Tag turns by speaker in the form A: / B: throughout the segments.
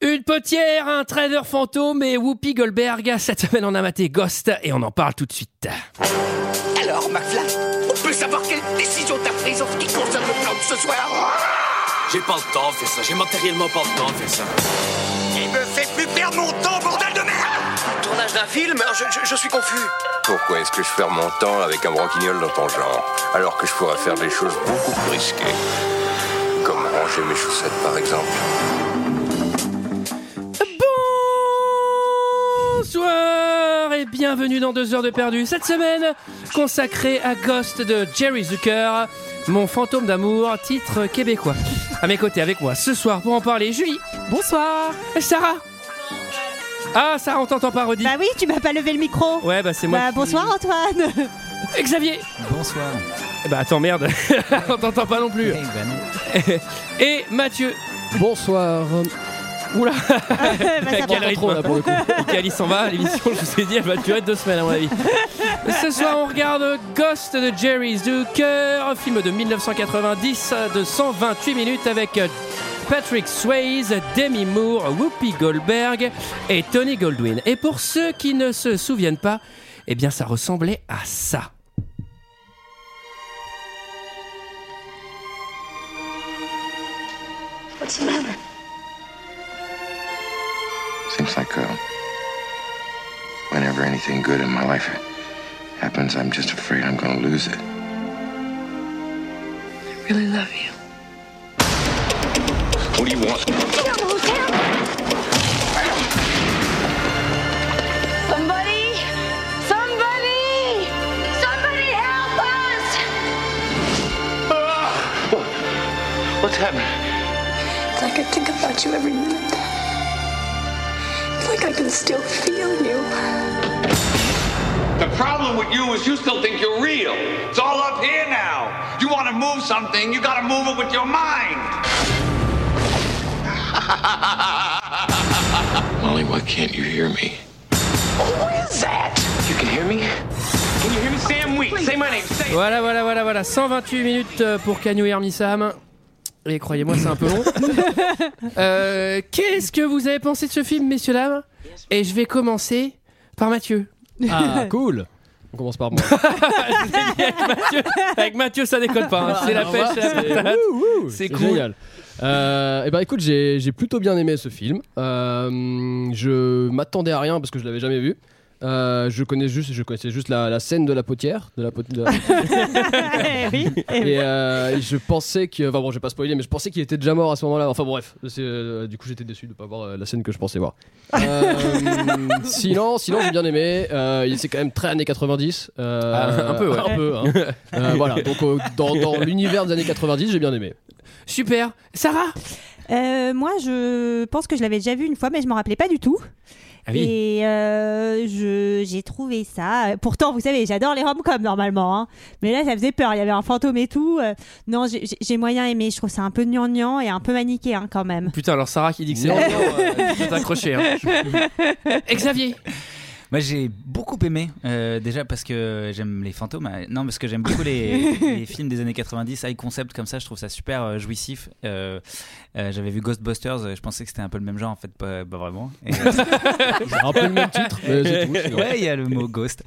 A: Une potière, un trader fantôme et Whoopi Goldberg. Cette semaine, on a maté Ghost et on en parle tout de suite.
B: Alors, McFly, on peut savoir quelle décision t'as prise en ce qui concerne le plan de ce soir
C: J'ai pas le temps de faire ça, j'ai matériellement pas le temps de faire ça.
B: Il me fait plus perdre mon temps, bordel de merde
D: Tournage d'un film je, je- je suis confus.
E: Pourquoi est-ce que je perds mon temps avec un broquignol dans ton genre, alors que je pourrais faire des choses beaucoup plus risquées Comme ranger mes chaussettes, par exemple.
A: Bonsoir et bienvenue dans 2 heures de perdu. Cette semaine, consacrée à Ghost de Jerry Zucker, mon fantôme d'amour, titre québécois. À mes côtés avec moi ce soir pour en parler, Julie. Bonsoir. Et Sarah. Ah, Sarah, on t'entend pas, redit.
F: Bah oui, tu m'as pas levé le micro.
A: Ouais, bah c'est moi.
F: Bah
A: qui-
F: bonsoir Antoine.
A: Et Xavier.
G: Bonsoir.
A: Eh Bah attends, merde, on t'entend pas non plus.
H: Ben.
A: Et Mathieu.
G: Bonsoir.
A: Oula,
F: Bah, ça
A: quel
F: va.
A: rythme.
G: Trop là pour le coup.
A: Ok, Alice s'en va, l'émission, je vous ai dit, elle va durer deux semaines à mon avis. Ce soir, on regarde Ghost de Jerry Zucker, film de 1990 de 128 minutes avec Patrick Swayze, Demi Moore, Whoopi Goldberg et Tony Goldwyn. Et pour ceux qui ne se souviennent pas, eh bien, ça ressemblait à ça.
I: What's the matter?
E: Seems like uh, whenever anything good in my life happens, I'm just afraid I'm gonna lose it.
I: I really love you.
E: What do you want?
I: Somebody! Somebody! Somebody help us!
E: Ah, What's happening?
I: It's like I think about you every minute. It's like I can still feel you.
J: The problem with you is you still think you're real. It's all up here now. You want to move something, you got to move it with your mind.
E: Molly, why can't you hear me?
B: What is that
E: You can hear me?
J: Can you hear me? Sam Wheat. Say my name. Say
A: Voilà, voilà, voilà, voilà. 128 minutes euh, pour Cagnou et Hermie Sam. Et croyez-moi, c'est un peu long. Euh, Qu'est-ce que vous avez pensé de ce film, messieurs, dames Et je vais commencer par Mathieu.
G: Ah, cool. On commence par moi.
A: Avec Mathieu, ça décolle pas. hein. C'est la pêche, c'est la patate. C'est cool.
G: Génial. Euh, et ben écoute, j'ai j'ai plutôt bien aimé ce film. Euh, je m'attendais à rien parce que je l'avais jamais vu. Euh, je connais juste, je connaissais juste la, la scène de la potière, de la pot- de la-
F: Eh oui. Eh oui.
G: et, euh, et je pensais que, enfin bon, je vais pas spoiler, mais je pensais qu'il était déjà mort à ce moment-là. Enfin bref, c'est, euh, du coup j'étais déçu de pas voir euh, la scène que je pensais voir. Euh, sinon, sinon j'ai bien aimé. Euh, il- c'est quand même très années 90. euh,
A: Ah, un peu, ouais.
G: un peu. hein. Euh, voilà. Donc euh, dans, dans l'univers des années 90, j'ai bien aimé.
A: Super. Sarah
F: Euh, moi je pense que je l'avais déjà vu une fois mais je m'en rappelais pas du tout.
A: Ah
F: Et euh, je- j'ai trouvé ça. Pourtant, vous savez, j'adore les rom-coms normalement. hein. Mais là, ça faisait peur. Il y avait un fantôme et tout. Euh, non, j'ai- j'ai j'ai moyen aimé. Je trouve ça un peu gnangnan et un peu maniqué hein, quand même.
A: Putain, alors Sarah qui dit que c'est long,
G: Non,
A: euh, je vais t'accrocher, hein. Et Xavier
H: Moi j'ai beaucoup aimé, euh, déjà parce que j'aime les fantômes, euh, non parce que j'aime beaucoup les, les films des années 90, high concept comme ça, je trouve ça super euh, jouissif. Euh, euh, J'avais vu Ghostbusters, euh, je pensais que c'était un peu le même genre en fait, pas, pas vraiment. Et, euh,
G: Un peu le même titre, mais c'est tout. sinon.
H: ouais, il y a le mot ghost.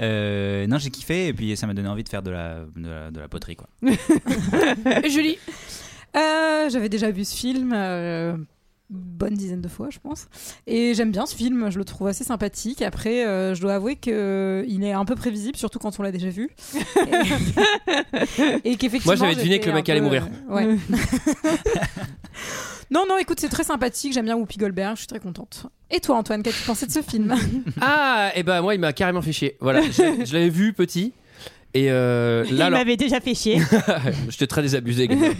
H: Euh, non j'ai kiffé et puis ça m'a donné envie de faire de la, de la, de la poterie quoi.
A: Et Julie
K: Euh, J'avais déjà vu ce film. euh, bonne dizaine de fois je pense et j'aime bien ce film je le trouve assez sympathique après euh, je dois avouer que euh, il est un peu prévisible surtout quand on l'a déjà vu et, et qu'effectivement
A: Moi, j'avais deviné que
K: j'étais
A: le mec
K: un
A: allait
K: peu,
A: mourir.
K: euh, ouais. non non écoute c'est très sympathique j'aime bien Whoopi Goldberg je suis très contente et toi Antoine qu'as-tu pensé de ce film
A: Ah, et ben moi, il m'a carrément fait chier. Voilà, je, je l'avais vu petit. Et euh, là,
F: Il
A: alors-
F: m'avait déjà fait chier.
A: J'étais très désabusé. gamin.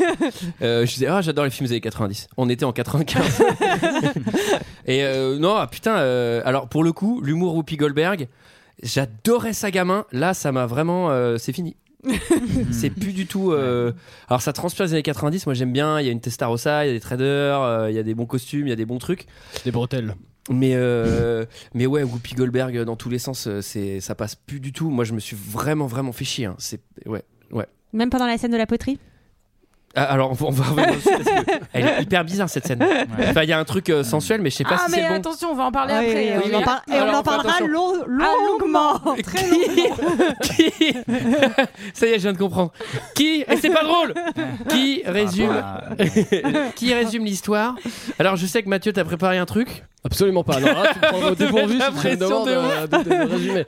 A: Euh, je disais, ah, j'adore les films des années 90. On était en 95. et euh, non, ah, putain. euh, alors, pour le coup, l'humour Whoopi Goldberg, j'adorais ça gamin. Là, ça m'a vraiment. euh, c'est fini. c'est plus du tout. euh, Alors, ça transpire les années 90. Moi, j'aime bien. Il y a une Testarossa, il y a des traders, euh, il y a des bons costumes, il y a des bons trucs.
G: Des bretelles.
A: Mais, euh, mais ouais, Whoopi Goldberg euh, dans tous les sens, euh, c'est ça passe plus du tout. Moi, je me suis vraiment, vraiment fait chier. hein. C'est ouais.
F: Même pendant la scène de la poterie.
A: Ah, Alors, on va- on va revenir dessus parce que elle est hyper bizarre cette scène. Enfin, il y a un truc euh, sensuel, mais je sais pas
K: ah,
A: si
K: mais
A: c'est bon.
K: attention, on va en parler
F: Ah oui,
K: après.
F: oui, on en parle- et on en parlera long- longuement.
K: Très longuement.
A: Qui Ça y est, je viens de comprendre. Qui Et c'est pas drôle. Qui résume Qui résume l'histoire Alors, je sais que Mathieu, t'as préparé un truc.
G: Absolument pas. Alors là, tu me prends au dépourvu si tu me demandes euh, de, de- de résumer.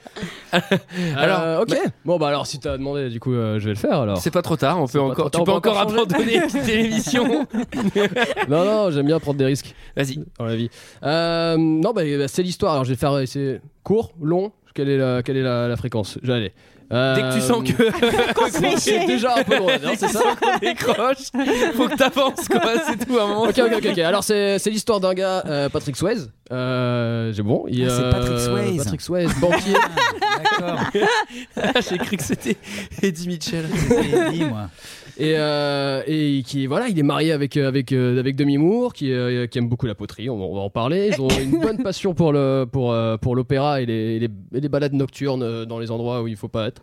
G: alors, ok. Bon, bah alors, si t'as demandé, du coup, euh, je vais le faire alors.
A: C'est pas trop tard. On peut encore. Tu peux encore abandonner l'émission.
G: non, non, j'aime bien prendre des risques.
A: Vas-y.
G: Dans la vie. Euh, non, bah, bah, c'est l'histoire. Alors, je vais faire euh, c'est court, long. Quelle est la, Euh, quelle est la, la fréquence J'allais.
A: Dès que tu sens
G: Euh,
A: que
G: Qu'on se fait chier. déjà un peu loin, hein, c'est ça
A: qu'on décroche, faut que t'avances quoi, c'est tout à un moment.
G: Ok, ok, ok. ok. Alors, c'est c'est l'histoire d'un gars, euh, Patrick Swayze. Euh, J'ai bon. il,
H: Ah, c'est
G: euh,
H: Patrick Swayze.
G: Patrick Swayze, banquier.
A: J'ai cru que c'était Eddie Mitchell.
G: et, euh, et qui voilà, il est marié avec euh, avec euh, avec Demi Moore, qui, euh, qui aime beaucoup la poterie. On, va- on va en parler. Ils ont une bonne passion pour le pour euh, pour l'opéra et les, et les et les balades nocturnes euh, dans les endroits où il faut pas être.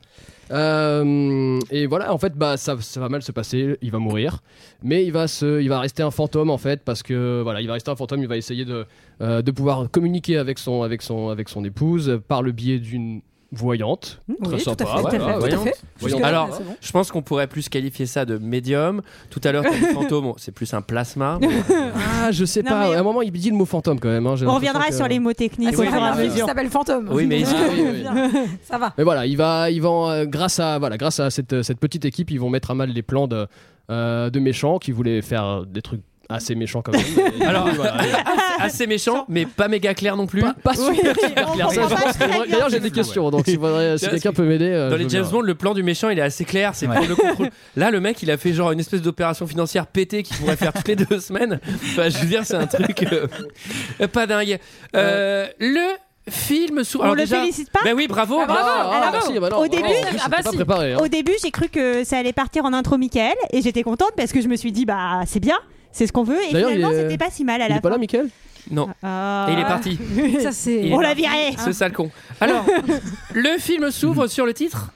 G: Euh, et voilà, en fait, bah ça, ça va mal se passer. Il va mourir, mais il va se, il va rester un fantôme en fait parce que voilà, il va rester un fantôme. Il va essayer de euh, de pouvoir communiquer avec son avec son avec son épouse euh, par le biais d'une voyante. Très
A: Oui, tout à
G: sympa.
A: fait, tout à fait,
G: voilà,
A: tout à
G: voyante.
A: fait.
G: Voyante.
A: Alors,
G: Alors,
A: je pense qu'on pourrait plus qualifier ça de médium. Tout à l'heure, t'as dit fantôme, Bon, c'est plus un plasma.
G: Ah, je sais pas.
F: euh,
G: À un moment, il dit le mot fantôme quand même. hein, j'ai
F: On
G: l'impression
F: reviendra
G: que-
F: sur les mots techniques
G: Ah,
F: au
G: oui,
F: fur et à
G: voilà.
F: mesure.
G: Il s'appelle
K: fantôme.
G: Oui, mais- Ah, oui, oui.
K: Ça va.
G: Mais voilà, il va, ils vont, euh, grâce à, voilà, grâce à cette, euh, cette petite équipe, ils vont mettre à mal les plans de, euh, de méchants qui voulaient faire euh, des trucs assez méchants quand même. Et-
A: Alors,
G: et voilà.
A: assez méchant, mais pas méga clair non plus. Pas,
G: super Claire, ça, je pense que- D'ailleurs, j'ai des questions, donc si, faudrait- si
A: Parce
G: quelqu'un peut m'aider. euh,
A: Dans
G: je
A: les
G: veux
A: James
G: bien.
A: Bond, le plan du méchant, il est assez clair, c'est
G: Ouais.
A: prendre le contrôle. Là, le mec, il a fait genre une espèce d'opération financière pétée qu'il pourrait faire toutes les deux semaines. Enfin, je veux dire, c'est un truc euh, euh, pas dingue. Euh, le film sous.
F: On le félicite pas
A: Ben oui, bravo,
F: Ah,
A: bravo.
F: bravo, Ah, bravo. merci, bah non, Au bravo. début- Ah,
G: J'étais
F: bah
G: pas
F: si.
G: préparé. hein.
F: Au début, j'ai cru que ça allait partir en intro Michael et j'étais contente parce que je me suis dit bah c'est bien, c'est ce qu'on veut et
A: D'ailleurs, il
F: finalement
A: est-
F: c'était pas si mal à la
G: Il est pas
F: fin.
G: là,
F: Ah,
G: Michael
A: Non. Et il est parti.
K: Ça, c'est-
A: Il est
F: On l'a
A: parti,
F: viré.
K: Ah.
A: Ce sale con. Alors, le film s'ouvre sur le titre.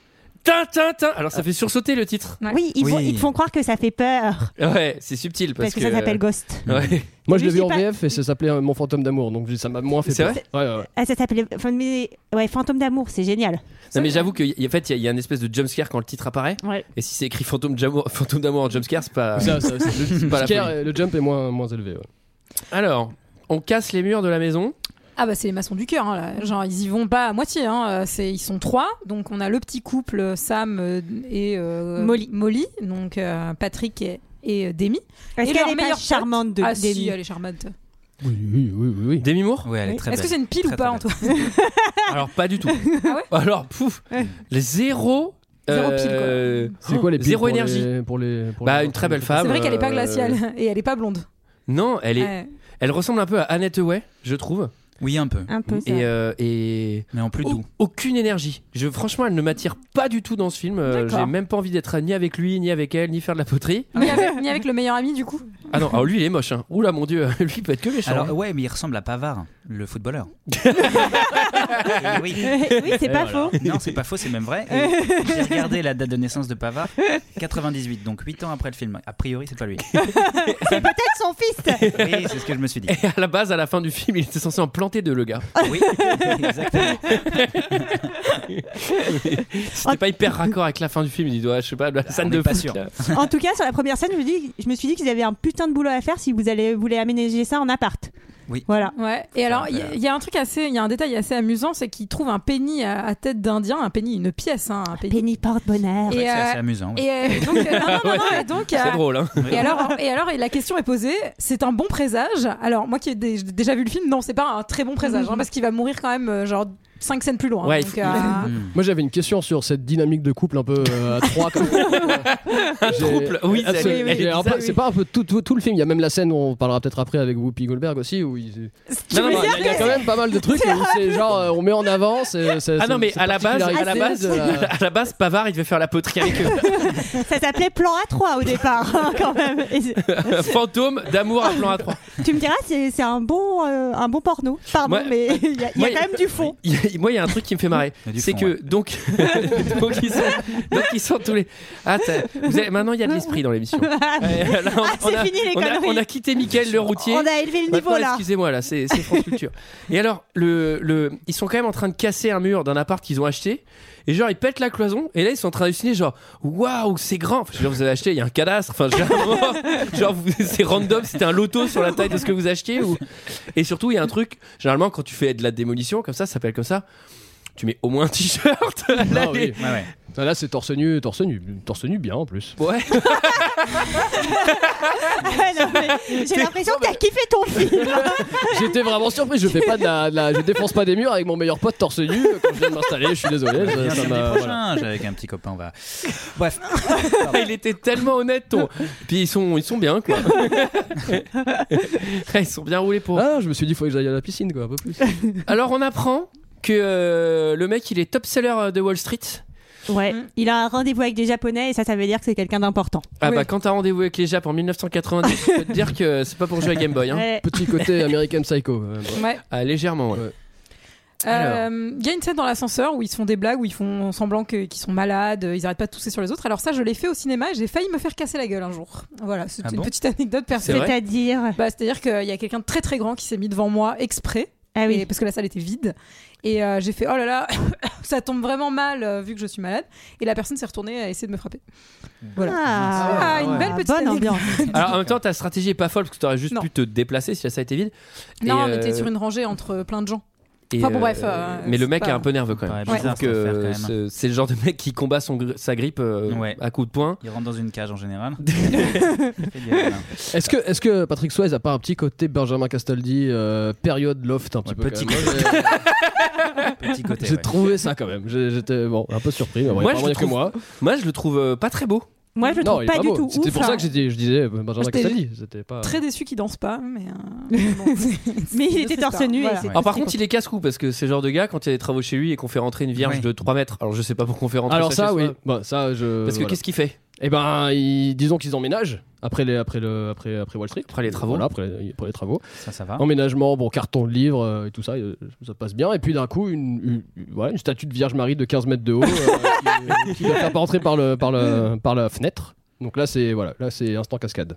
A: Tintin, tin. Alors, ça fait sursauter le titre.
F: Oui, ils, Font, ils te font croire que ça fait peur.
A: Ouais, c'est subtil parce, euh,
F: Parce que ça s'appelle Ghost.
A: Ouais.
G: Moi, je l'ai
F: Lui,
G: vu en
F: c'est pas-
G: VF et ça s'appelait euh, Mon fantôme d'amour, donc ça m'a moins fait
A: C'est
G: peur.
A: vrai
G: Ouais, ouais.
F: Ah, ça s'appelle enfin, mais- ouais, Fantôme d'amour, c'est génial.
A: Non mais j'avoue que y- en fait il y, a- il y a une espèce de jumpscare quand le titre apparaît.
F: Ouais.
A: Et si c'est écrit fantôme d'amour, fantôme d'amour en jumpscare, c'est pas.
G: Ça, ça, c'est-
A: c'est pas la
G: Scare,
A: folie.
G: euh, le jump est moins, moins élevé. ouais.
A: Alors, on casse les murs de la maison.
K: Ah bah c'est les maçons du cœur, hein, là. genre ils y vont pas à moitié, hein. Euh, c'est ils sont trois, donc on a le petit couple euh, Sam euh, et euh,
F: Molly.
K: donc euh, Patrick et, et euh, Demi.
F: Est-ce
K: Et
F: qu'elle
K: leur
F: est pas
K: meilleure pote-
F: charmante, de-
K: Ah si,
F: Demi
K: elle est charmante.
G: Oui, oui, oui, oui.
A: Demi Moore
H: Ouais, elle est très
K: Est-ce que
H: belle.
K: c'est une pile ou pas Antoine Ah
A: Alors pas du tout. Alors pouf, les zéro.
K: Zéro pile, quoi.
A: euh,
G: C'est quoi les piles
A: Zéro
G: pour
A: énergie.
G: les- pour les, pour
A: Bah
G: les-
A: une très belle
G: Ah,
A: femme.
K: C'est vrai qu'elle est pas
A: euh,
K: glaciale et elle est pas blonde.
A: Non, elle est.
K: Ouais.
A: Elle ressemble un peu à Annette Way, je trouve.
H: Oui, un peu.
F: Un peu, c'est vrai.
A: Et, euh, et
H: mais en plus
A: Oh,
H: doux.
A: Aucune énergie. Je franchement, elle ne m'attire pas du tout dans ce film. Euh,
K: D'accord.
A: J'ai même pas envie d'être ni avec lui, ni avec elle, ni faire de la poterie.
K: Ni avec, ni avec le meilleur ami du coup.
A: Ah non, alors lui il est moche. Hein. Oula mon dieu, lui il peut être que méchant.
H: Alors,
A: hein.
H: ouais, mais il ressemble à Pavard, le footballeur. oui,
F: Oui, c'est pas faux.
H: Non, c'est pas faux, c'est même vrai. Et J'ai regardé la date de naissance de Pavard, 98, donc 8 ans après le film. A priori, c'est pas lui.
F: C'est peut-être son fils.
H: Oui, c'est ce que je me suis dit.
A: Et à la base, à la fin du film, il était censé en planter deux, le gars.
H: Oui, exactement.
A: C'était pas hyper raccord avec la fin du film. Il doit, je sais pas, la scène
H: on
A: de
H: est pas
A: foot,
H: sûr.
A: là.
F: En tout cas, sur la première scène, je me, dis, je me suis dit qu'ils avaient un putain de boulot à faire si vous allez voulez aménager ça en appart.
H: Oui.
F: Voilà.
K: Ouais. Et alors,
A: bah.
K: il y, a- il y a un truc assez, il y a un détail assez amusant, c'est qu'ils trouvent un penny à, à tête d'Indien, un penny, une pièce, hein, un penny.
F: Penny porte bonheur.
K: Et,
H: C'est assez
K: euh,
H: amusant. oui.
K: Et euh, donc, euh, non, non, non,
A: Ah, Ouais,
K: non,
A: c'est-
K: et donc,
A: C'est
K: euh,
A: drôle, hein.
K: Et alors, et alors, et la question est posée. C'est un bon présage. Alors, moi qui ai dé- déjà vu le film, non, c'est pas un très bon présage,
G: Mm.
K: hein, parce qu'il va mourir quand même, euh, genre 5 scènes plus loin.
A: Ouais, il
K: donc,
A: faut-
K: euh,
G: Moi j'avais une question sur cette dynamique de couple un peu euh, à trois. comme- J'ai-
A: Trouble. Oui,
G: Absolument.
A: c'est- elle est
G: Et un peu-
A: bizarre,
G: C'est pas un peu tout, tout- tout le film. Il y a même la scène où on parlera peut-être après avec Whoopi Goldberg aussi où il,
A: oui. Non, non, non,
G: il y a quand même pas mal de trucs où c'est genre euh, on met en avant. c'est- c'est-
A: Ah non,
G: c'est-
A: mais
G: c'est
A: à la base, à la
G: particularité
A: base, euh,
G: de la-
A: à la base, Pavard, il devait faire la poterie avec eux.
F: Ça s'appelait plan A3 au départ, hein, quand même. Et c'est-
A: Fantôme d'amour à plan A3.
F: tu me diras, c'est c'est un, bon, euh, un bon porno. Pardon,
A: Moi-
F: mais il y a, il y
A: moi,
F: a quand même du fond.
A: Il y a- il moi, il y a un truc qui me fait marrer.
H: Il y a du
A: C'est
H: fond,
A: que, donc, donc, ils sont, donc, ils sont tous les. Ah, t'as- vous avez- maintenant, il y a de l'esprit dans l'émission. Ouais, là,
F: Ah, c'est
A: a,
F: fini, les
A: on a-
F: conneries.
A: on a quitté Mickaël le routier.
F: On a élevé le
A: Maintenant,
F: niveau là.
A: Excusez-moi, là, c'est c'est France Culture. Et alors, le, le, ils sont quand même en train de casser un mur d'un appart qu'ils ont acheté. Et genre, ils pètent la cloison. Et là, ils sont en train d'halluciner, genre, waouh, c'est grand. Enfin, je veux dire, vous avez acheté, il y a un cadastre. Enfin, je veux dire, genre, vous- c'est random, c'était un loto sur la taille de ce que vous achetiez. Ou... Et surtout, il y a un truc, généralement, quand tu fais de la démolition, comme ça, ça s'appelle comme ça. Tu mets au moins un t-shirt. Là,
G: Ah oui.
A: les-
G: Ah, Là, c'est torse nu, torse nu, torse nu bien en plus.
A: Ouais.
F: Non, mais J'ai l'impression que t'as kiffé ton film.
G: J'étais vraiment surpris. Je fais pas de la, de la- je défonce pas des murs avec mon meilleur pote torse nu quand je viens de m'installer. Je suis désolé.
H: Viens
G: Eh, ça- ça
H: samedi
G: m'a-
H: prochain,
G: voilà.
H: Avec un petit copain, on va. Bref.
A: il était tellement honnête, ton. Puis ils sont, ils sont bien, quoi. ils sont bien roulés pour.
G: Ah, je me suis dit, faut que j'aille à la piscine, quoi, un peu plus.
A: Alors on apprend que euh, le mec il est top seller euh, de Wall Street.
F: Ouais, il a un rendez-vous avec des Japonais et ça, ça veut dire que c'est quelqu'un d'important.
A: Ah bah quand t'as rendez-vous avec les Japs en 1990, je peux te dire que c'est pas pour jouer à Game Boy. Hein.
F: Ouais.
G: Petit côté American Psycho. euh, bref.
K: Ouais.
A: Ah, légèrement. ouais.
K: Euh, Il y a une scène dans l'ascenseur où ils se font des blagues, où ils font semblant que- qu'ils sont malades, ils arrêtent pas de tousser sur les autres. Alors ça, je l'ai fait au cinéma et j'ai failli me faire casser la gueule un jour. Voilà, c'est
H: Ah
K: une
H: bon
K: petite anecdote personnelle.
A: C'est vrai
F: C'est-à-dire.
K: Bah, C'est-à-dire qu'il y a quelqu'un de très très grand qui s'est mis devant moi exprès,
F: Ah
K: et-
F: oui.
K: parce que la salle était vide. Et euh, j'ai fait, oh là là, ça tombe vraiment mal euh, vu que je suis malade. Et la personne s'est retournée à essayer de me frapper. Voilà.
F: Ah,
K: Ah, une belle petite
F: bonne
K: anecdore.
F: ambiance.
A: Alors en même temps ta stratégie est pas folle parce que t'aurais juste
K: Non.
A: pu te déplacer si ça était vide.
K: Non,
A: Et,
K: on était
A: euh,
K: sur une rangée entre plein de gens.
A: et,
K: enfin, bon,
A: euh,
K: bref, euh,
A: mais le
K: c'est
A: mec
K: pas-
A: est un peu nerveux quand même.
H: Ouais, bizarre,
A: Je trouve
H: cette
A: que
H: affaire, quand
A: ce- c'est le genre de mec qui combat son, gri- sa grippe euh,
H: Ouais.
A: à coups de poing.
H: Il rentre dans une cage en général. Fais gaffe, là.
G: Est-ce que, est-ce que Patrick Swayze a pas un petit côté Benjamin Castaldi, euh, période loft un petit
H: Ouais,
G: peu
H: petit
G: quand même. Moi, j'ai-
H: Petit côté.
G: J'ai
H: ouais.
G: trouvé ça quand même. J'ai- J'étais bon, un peu surpris. Mais ouais,
A: Moi,
G: apparemment,
A: je
G: il y a que
A: trouve-
G: moi.
A: Moi je le trouve euh, pas très beau.
F: Moi, je le
G: non,
F: trouve
G: il est
F: pas du
G: beau.
F: tout.
G: C'était
F: ouf,
G: pour ça
F: hein.
G: que j'ai dit- je disais euh, Benjamin
K: J'étais-
G: Castaldi. C'était pas.
K: Très déçu qu'il danse pas, mais. euh, bon, c'est-
F: Mais il
K: c'est
F: était
K: notre
F: torse
K: histoire.
F: nu et
K: Voilà.
F: c'est-
A: Alors par contre il est casse-cou parce que c'est le genre de gars quand il y a des travaux chez lui et qu'on fait rentrer une vierge
H: Ouais.
A: de 3 mètres. Alors je sais pas pourquoi on fait rentrer
G: Alors
A: chez
G: ça,
A: soi.
G: Ah oui. Bon, ça, je.
A: Parce que
G: voilà.
A: qu'est-ce qu'il fait
G: Eh ben, ils- disons qu'ils emménagent après les, après le, après, après Wall Street.
A: Après les travaux.
G: Voilà, après, les- après les travaux.
H: Ça, ça va.
G: Emménagement, bon, carton de livres euh, et tout ça, euh, ça passe bien. Et puis d'un coup, une, une- une- voilà, une statue de Vierge Marie de 15 mètres de haut euh, qui, qui doit faire pas entrer par, le, par, le, par la fenêtre. Donc là, c'est voilà, là c'est instant cascade.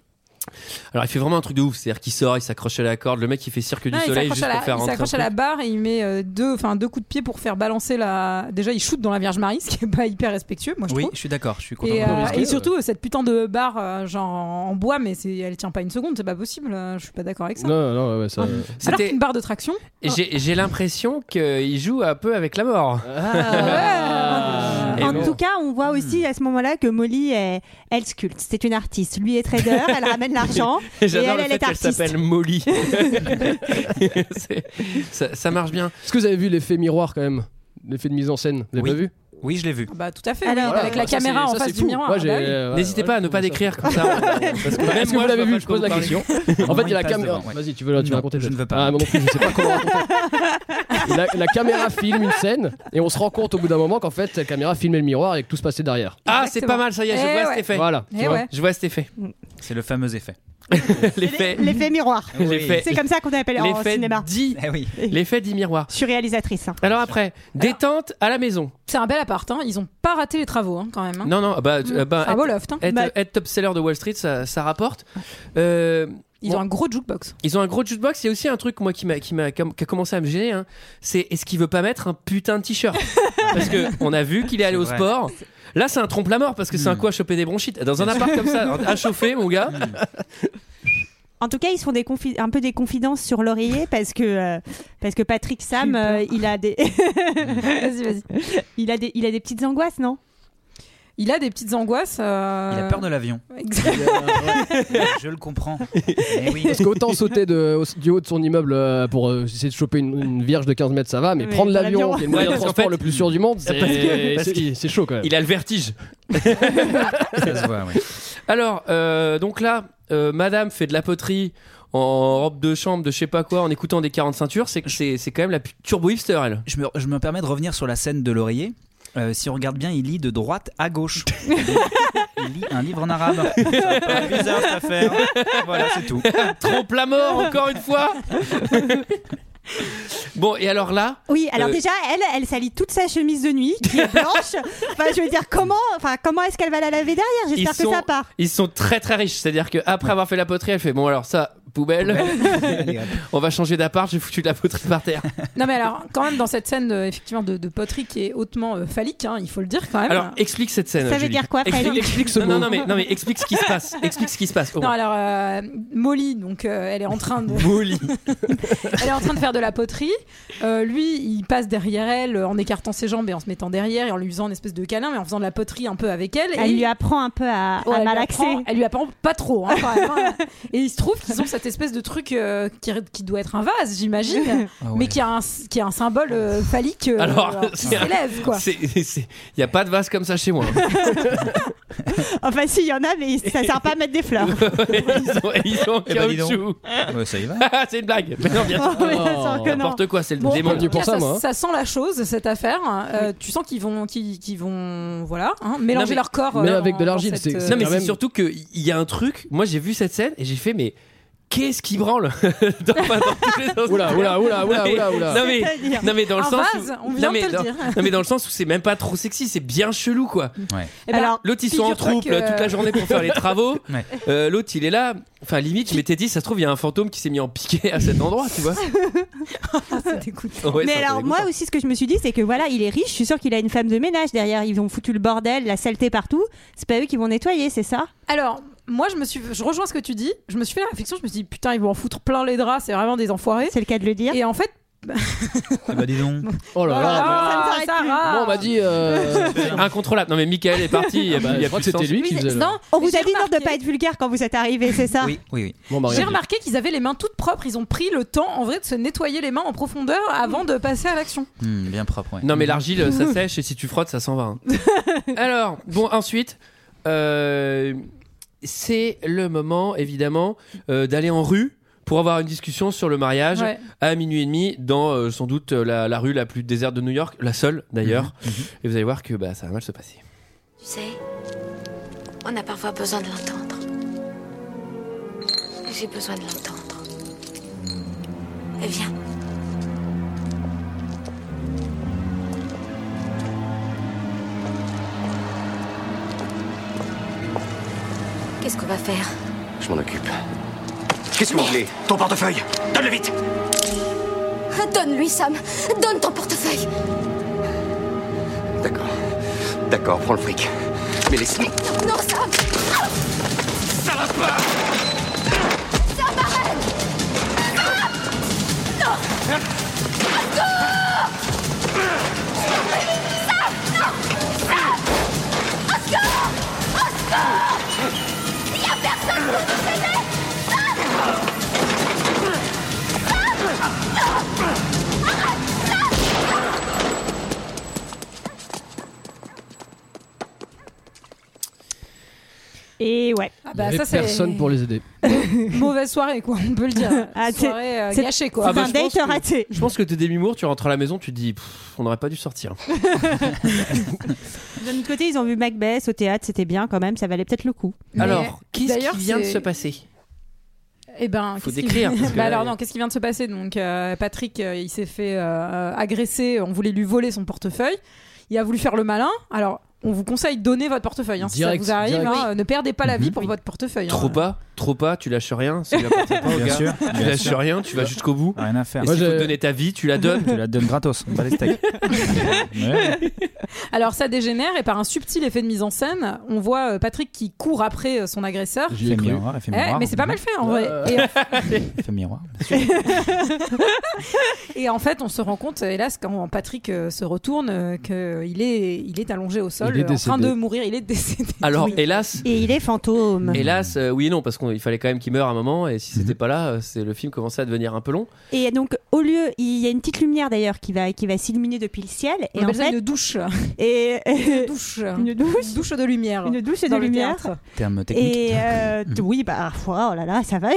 A: Alors il fait vraiment un truc de ouf, c'est-à-dire qu'il sort, il s'accroche à la corde, le mec il fait cirque du
K: Non, il
A: soleil
K: s'accroche
A: juste
K: à,
A: pour
K: la-
A: faire
K: il
A: rentrer.
K: s'accroche à
A: un
K: la
A: truc.
K: barre et il met euh, deux, enfin deux coups de pied pour faire balancer la. Déjà, il shoot dans la Vierge Marie, ce qui est pas hyper respectueux, moi je
H: Oui,
K: trouve.
H: je suis d'accord. Je suis content.
K: Et,
G: peu
K: euh,
G: risqué,
K: et
G: ouais.
K: surtout euh, cette putain de barre euh, genre en en bois, mais c'est, elle tient pas une seconde, c'est pas possible. euh, Je suis pas d'accord avec ça.
G: Non, non, ouais, ça.
K: Alors
A: C'était-
K: qu'une barre de traction.
A: Et j'ai- J'ai l'impression qu'il joue un peu avec la mort.
G: Ah.
A: Et
F: en
A: bon.
F: tout cas, on voit aussi à ce moment-là que Molly, est- elle sculpte. C'est une artiste. Lui est trader, elle ramène l'argent.
A: Et
F: Et
A: J'adore
F: elle,
A: le
F: elle
A: fait
F: est
A: qu'elle
F: artiste.
A: s'appelle Molly. C'est- ça, ça marche bien.
G: Est-ce que vous avez vu l'effet miroir quand même L'effet de mise en scène, vous l'avez
H: Oui.
G: pas vu
H: Oui, je l'ai vu.
K: Ah Bah tout à fait.
F: Alors,
K: oui,
F: Voilà,
K: avec la
G: ça,
K: caméra
G: c'est-
K: en
G: ça,
K: face
G: c'est
K: du
G: fou.
K: miroir.
G: Moi,
K: ah
G: j'ai-
K: bah oui.
G: euh,
A: N'hésitez
G: ouais,
A: pas à
G: je
A: ne
G: trouve
A: pas
G: ça-
A: décrire comme ça. Parce que même
G: Est-ce que
A: moi,
G: vous l'avez
A: vois
G: vu
A: pas de
G: Je
A: quoi
G: pose
A: vous
G: la
A: parlez.
G: question. En fait, il y a la
H: Il passe
G: caméra.
H: devant, ouais.
G: Vas-y, tu veux, tu veux
H: Non,
G: raconter
H: je
G: peut-être.
H: ne veux pas.
G: Ah, moi non plus, je sais pas comment raconter. la, la caméra filme une scène et on se rend compte au bout d'un moment qu'en fait, la caméra filmait le miroir et que tout se passait derrière.
A: Ah, c'est pas mal, ça y est, je
K: Eh
A: vois
K: ouais.
A: cet effet.
G: Voilà. tu
K: Eh
G: vois.
K: ouais.
A: Je vois cet effet.
H: C'est le fameux effet.
A: L'effet.
F: L'effet miroir.
A: L'effet.
F: C'est comme ça qu'on appelle en
A: L'effet
F: cinéma.
A: dit.
H: Eh oui.
A: L'effet dit miroir.
F: Je suis réalisatrice. hein.
A: Alors après, détente à la maison.
K: C'est un bel appart. hein. Ils ont pas raté les travaux hein, quand même. hein.
A: Non, non, bah,
K: Mm.
A: euh, bah,
K: C'est un
A: être-
K: beau loft. hein.
A: être,
F: Mmh. Bah-
A: être top seller de Wall Street, ça, ça rapporte. Euh,
K: Ils
A: bon,
K: ont un gros jukebox.
A: ils ont un gros jukebox. Il y a aussi un truc moi qui m'a qui m'a qui a commencé à me gêner. hein. c'est est-ce qu'il veut pas mettre un putain de t-shirt Parce que on a vu qu'il est allé
H: C'est
A: au
H: vrai.
A: sport. Là, c'est un trompe la mort parce que c'est
G: Mmh.
A: un
H: Mm.
A: coup à choper des bronchites dans un appart comme ça, à chauffer, mon gars.
F: En tout cas, ils se font des confi- un peu des confidences sur l'oreiller parce que euh, parce que Patrick Sam,
K: J'ai eu peur.
F: euh, il a des
K: Vas-y, vas-y.
F: il a des il a des petites angoisses, non
K: Il a des petites angoisses. euh,
H: Il a peur de l'avion.
K: Exact.
H: je le comprends. Eh oui.
G: Parce qu'autant sauter de, au- du haut de son immeuble euh, pour euh, essayer de choper une, une vierge de 15 mètres, ça va, mais,
F: Mais
G: prendre
F: dans l'avion.
G: l'avion, qui est le moyen
A: Ouais, parce
G: de
A: qu'en
G: transport
A: fait-
G: le plus sûr du monde,
A: Parce que-
G: c'est
A: parce
G: c'est- c'est chaud quand même.
A: Il a le vertige.
H: Ça se voit, oui.
A: Alors, euh, donc là, euh, Madame fait de la poterie en robe de chambre, de je sais pas quoi, en écoutant des 40 ceintures. C'est c'est c'est quand même la pu- turbo hipster elle.
H: Je me, je me permets de revenir sur la scène de l'oreiller. Euh, si on regarde bien, il lit de droite à gauche. il lit un livre en arabe. C'est un peu bizarre cette affaire. Voilà, c'est tout.
A: Trompe la mort encore une fois. Bon, et alors là
F: Oui, alors
A: euh,
F: déjà, elle, elle salit toute sa chemise de nuit qui est blanche. enfin, je veux dire, comment, enfin, comment est-ce qu'elle va la laver derrière J'espère
A: ils
F: que
A: sont-
F: ça part.
A: Ils sont très très riches, c'est-à-dire qu'après avoir fait la poterie, elle fait bon alors ça, poubelle, on va changer d'appart, j'ai foutu de la poterie par terre.
K: Non mais alors quand même dans cette scène de, effectivement de, de poterie qui est hautement euh, phallique, hein, il faut le dire quand même.
A: Alors explique cette scène.
K: Ça veut
A: Euh, Julie.
K: dire quoi, Fred
A: Explique,
K: Explique ce
A: non, non,
K: mot.
A: non, mais, non mais explique ce qui se passe, explique ce qui se passe. au
K: non
A: moins.
K: alors euh, Molly donc euh, elle est en train de
A: Molly.
K: elle est en train de faire de la poterie. Euh, lui il passe derrière elle euh, en écartant ses jambes et en se mettant derrière et en lui faisant une espèce de câlin mais en faisant de la poterie un peu avec elle.
F: Elle
K: et...
F: lui apprend un peu à, à
K: Ouais, elle lui
F: malaxer.
K: apprend- elle lui apprend pas trop. hein, quand même, hein. Et il se trouve qu'ils ont cette espèce de truc euh, qui, qui doit être un vase, j'imagine,
A: Ah ouais.
K: mais qui a un, qui a un symbole euh, phallique euh,
A: Alors,
K: qui
A: c'est un-
K: s'élève. quoi.
A: c'est- c'est- Il n'y a pas de vase comme ça chez moi.
F: Enfin, si, il y en a, mais ça sert pas à mettre des fleurs.
A: ils sont, ils sont en
F: Eh ben, dis donc.
A: caoutchouc.
H: ça y va.
A: c'est une blague. Mais non, bien sûr.
F: Oh, mais bien sûr que non.
A: N'importe quoi, c'est le
K: Bon, en
A: démon.
K: tout cas, ça,
A: hein.
K: hein. ça sent la chose, cette affaire. Euh, Tu sens qu'ils vont, qu'ils, qu'ils vont voilà, hein, mélanger
A: Non, mais-
K: leur corps. euh, dans- dans cette, euh,
A: Non, mais c'est surtout qu'il y a un truc. Moi, j'ai vu cette scène et j'ai fait, mais. Qu'est-ce qui branle dans, pas dans tous les sens.
G: Oula, oula, oula, oula,
A: Non, mais-
G: oula, oula.
A: Non mais,
G: C'est-à-dire
A: non, mais dans le
G: Un
A: sens
G: vase,
A: où-
G: on vient
A: non, mais
G: de te le
A: dans-
G: dire.
A: non, mais dans le sens où c'est même pas trop sexy, c'est bien chelou quoi.
K: Eh ben,
A: Alors, l'autre ils sont en
K: figure-toi
A: troupe
K: que-
A: là, toute la journée pour faire les travaux. Euh, l'autre il est là, enfin limite je m'étais dit ça se trouve il y a un fantôme qui s'est mis en piqué à cet endroit, tu vois.
K: ah,
A: Ouais,
F: mais
A: c'est un peu
F: alors, moi
A: dégoûtant.
F: aussi, ce que je me suis dit, c'est que voilà, il est riche. Je suis sûre qu'il a une femme de ménage derrière. Ils ont foutu le bordel, la saleté partout. C'est pas eux qui vont nettoyer, c'est ça
K: Alors, moi, je me suis, je rejoins ce que tu dis. Je me suis fait la réflexion. Je me suis dit, putain, ils vont en foutre plein les draps. C'est vraiment des enfoirés.
F: C'est le cas de le dire.
K: Et en fait,
H: bah dis donc.
G: Oh là là. mais-
K: ah, ça rare.
G: Moi, on m'a dit. euh,
A: Incontrôlable. Non mais Michael est parti. il y a
G: Ah bah,
A: plus- il y a
G: je crois
A: plus
G: que
A: de
G: c'était
A: sens.
G: lui qui faisait le-
K: Non,
F: On vous a dit non de pas être vulgaire quand vous êtes arrivé, c'est
K: Ah.
F: ça
H: Oui, oui.
A: bah,
K: J'ai remarqué qu'ils avaient les mains toutes propres. Ils ont pris le temps, en vrai, de se nettoyer les mains en profondeur avant de passer à l'action.
H: Hmm, bien propre, ouais.
A: Non mais l'argile ça sèche et si tu frottes ça s'en va. hein. Alors bon ensuite euh, c'est le moment évidemment euh, d'aller en rue pour avoir une discussion sur le mariage
K: Ouais.
A: à minuit et demi dans euh, sans doute euh, la, la rue la plus déserte de New York, la seule d'ailleurs.
G: Mhm.
A: Et vous allez voir que bah, ça va mal se passer.
L: Tu sais, on a parfois besoin de l'entendre. J'ai besoin de l'entendre. Et Viens. Qu'est-ce qu'on va faire
B: Je m'en occupe. Qu'est-ce que vous voulez Ton portefeuille Donne-le vite
L: Donne-lui, Sam. Donne ton portefeuille.
B: D'accord. D'accord, prends le fric. Mais laisse moi
L: Non, Sam.
B: Ça va pas
L: Sam, arrête Sam Non Oscar Sam Non Sam Oscar Oscar Il n'y a personne pour nous aider Sam Sam Non
F: Et ouais.
K: Ah
G: Il y avait personne pour les aider.
K: bah Mauvaise soirée, quoi, on peut le dire.
F: Ah, c'est-
K: soirée euh,
F: c'est-
K: gâchée, quoi.
A: Ah bah, je pense que- Je pense que t'es demi Moore, tu rentres à la maison, tu te dis Pff, on n'aurait pas dû sortir.
F: D'un autre côté, ils ont vu Macbeth au théâtre, c'était bien quand même, ça valait peut-être le coup.
A: Alors qu'est-ce
K: d'ailleurs,
A: qui vient de
K: c'est-
A: se passer
K: Eh ben,
A: Faut
K: qu'est-ce qui-
A: décrire, parce que
K: Bah
A: là,
K: alors
A: il-
K: non, qu'est-ce qui vient de se passer Donc euh, Patrick, euh, il s'est fait euh, agresser. On voulait lui voler son portefeuille. Il a voulu faire le malin. Alors, on vous conseille de donner votre portefeuille hein, si
A: Direct,
K: ça vous arrive.
A: direct.
K: hein, ne perdez pas
G: Mhm.
K: la vie pour votre portefeuille.
A: Trop
K: hein.
A: pas, trop pas, tu lâches rien, ça lui appartient pas, au
H: Bien
A: gars.
H: sûr,
A: tu
H: bien
A: lâches
H: sûr.
A: rien, tu vas jusqu'au bout.
H: Rien à faire.
A: Et
H: Moi,
A: si tu
H: j'ai-
A: veux donner ta vie, tu la donnes.
H: Tu la donnes gratos, pas les steaks. Ouais.
K: Alors ça dégénère et par un subtil effet de mise en scène, on voit euh, Patrick qui court après euh, son agresseur.
H: J'y ai Effet cru. miroir, effet
K: Eh,
H: miroir.
K: mais c'est pas mal fait en vrai.
H: Euh.
K: Et, en-
H: Fait miroir.
K: Et en fait, on se rend compte, hélas, quand Patrick euh, se retourne, qu'il est, il est allongé au sol,
A: Il est
K: euh, en train
A: décédé.
K: de mourir. Il est décédé.
A: Alors,
K: Oui.
A: hélas.
F: Et il est fantôme.
A: Hélas, euh, oui et non, parce qu'il fallait quand même qu'il meure à un moment, et si
G: Mhm.
A: c'était pas là, euh, c'est le film commençait à devenir un peu long.
F: Et donc, au lieu, il y a une petite lumière d'ailleurs qui va, qui va s'illuminer depuis le ciel.
K: On
F: et en
K: appelle ça
F: fait,
K: une douche.
F: Et,
K: Une douche.
F: Une douche.
K: de lumière.
F: Une douche de
K: Hein. Dans le
F: lumière.
K: théâtre.
H: Terme technique.
F: Et euh, t- oui, bah, oh là là, ça va.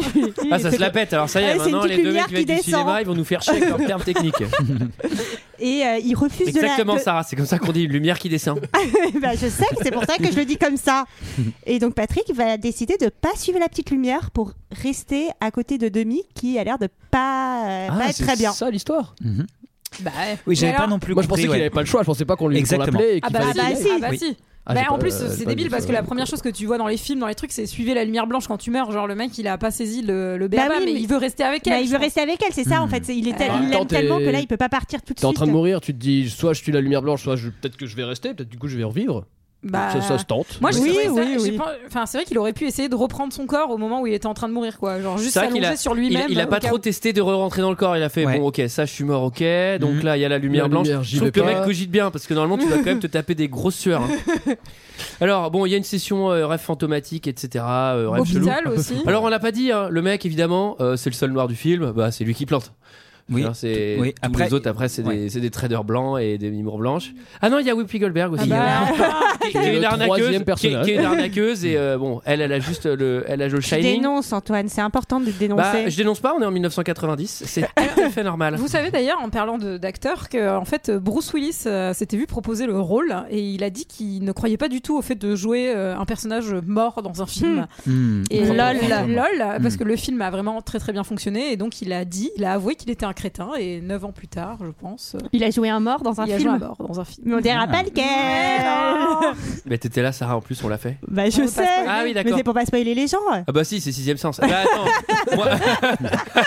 A: Ah, ça se la pète, alors ça y est,
F: Ouais, c'est une
A: maintenant
F: petite
A: les deux
F: lumière
A: mecs qui viennent
F: qui
A: du
F: descend.
A: cinéma, ils vont nous faire chier avec leurs termes techniques.
F: et euh, il refuse
A: Exactement,
F: de la... de-
A: Sarah, c'est comme ça qu'on dit, une lumière qui descend.
F: Bah, je sais que c'est pour ça que je le dis comme ça. Et donc Patrick va décider de pas suivre la petite lumière pour rester à côté de Demi qui a l'air de pas, euh,
G: Ah,
F: pas être
G: c'est
F: très bien.
G: ça l'histoire.
K: Bah,
H: Oui, j'avais pas non plus
G: Moi, je pensais
H: compris,
G: qu'il
H: ouais.
G: avait pas le choix. Je pensais pas qu'on lui qu'on
H: Exactement.
G: l'appelait et
K: Ah
G: qu'il
K: bah,
G: fallait
K: bah,
G: qu'il y
K: si.
G: aille.
K: Ah bah si.
G: Ah,
K: Bah,
G: j'ai
K: en
G: pas-
K: plus,
A: euh,
G: j'ai
K: c'est
G: pas
K: débile
G: vu
K: parce
G: ça,
K: que la
G: ouais.
K: première chose que tu vois dans les films, dans les trucs, c'est suivez la lumière blanche quand tu meurs, genre le mec il a pas saisi euh, le, le béaba,
F: Bah oui,
K: mais, il veut rester avec
F: Bah,
K: elle.
F: il
K: je
F: veut
K: pense.
F: rester avec elle, c'est ça en
A: Hmm.
F: fait. C'est- Il est tel-
G: En
F: il
G: même temps,
F: l'aime tellement
G: t'es-
F: que
A: euh,
F: là il peut pas partir tout de
G: T'es en
F: suite.
G: train de mourir, tu te dis soit je suis la lumière blanche, soit je- peut-être que je vais rester, peut-être du coup je vais revivre.
K: Bah,
G: ça, ça se tente.
K: Moi, j'ai
G: Oui,
K: trouvé ça-
G: oui,
K: j'ai
G: oui.
K: pas- Enfin, c'est vrai qu'il aurait pu essayer de reprendre son corps au moment où il était en train de mourir, quoi. Genre juste
A: C'est vrai qu'il
K: s'allonger
A: a- il-
K: sur lui-même.
A: Il, a
K: hein, au
A: pas
K: cas
A: trop
K: où.
A: testé de re-rentrer dans le corps. Il a fait bon, ok, ça, je suis mort, ok. Donc
G: Mhm.
A: là, il y a la lumière
G: La
A: blanche.
G: lumière, j'y
A: je trouve
G: vais
A: que le
G: pas.
A: mec cogite bien parce que normalement, tu dois quand même te taper des grosses sueurs. hein. Alors, bon, il y a une session euh, rêve fantomatique, etc. euh, rêve chelou.
K: Hôpital aussi.
A: Alors, on l'a pas dit, hein, le mec, évidemment, euh, c'est le seul noir du film. Bah, c'est lui qui plante.
H: Oui.
A: Alors, c'est
H: Oui,
A: tous
H: après-
A: les autres après c'est des, c'est des traders blancs et des mimours blanches. Ah non, il y a Whoopi Goldberg aussi.
K: Ah bah.
A: qui est une
G: Le troisième
A: arnaqueuse, qui est- qui est une
G: personnage.
A: arnaqueuse et euh, bon, elle, elle a juste le, elle a le
F: Je
A: shining.
F: dénonce Antoine, c'est important de le
A: Bah,
F: dénoncer.
A: je dénonce pas, on est en 1990, c'est tout à fait normal.
K: Vous savez d'ailleurs, en parlant de- d'acteur, que en fait Bruce Willis euh, s'était vu proposer le rôle et il a dit qu'il ne croyait pas du tout au fait de jouer euh, un personnage mort dans un
F: Hmm.
K: film.
H: hmm.
K: Et lol, lol, parce que le film a vraiment très très bien fonctionné et donc il a dit, il a avoué qu'il était un crétin et 9 ans plus tard, je pense, euh,
F: Il a joué un mort dans un
K: il a
F: film. Eh
K: joué un mort dans un film.
F: Mais on
A: Ah.
F: dira pas lequel.
A: Mais t'étais là, Sarah, en plus, on l'a fait.
F: Bah je sais.
A: Ah oui,
F: Mais
A: d'accord.
F: c'est pour pas spoiler les gens.
A: Ah bah si, c'est sixième sens. Bah attends, moi,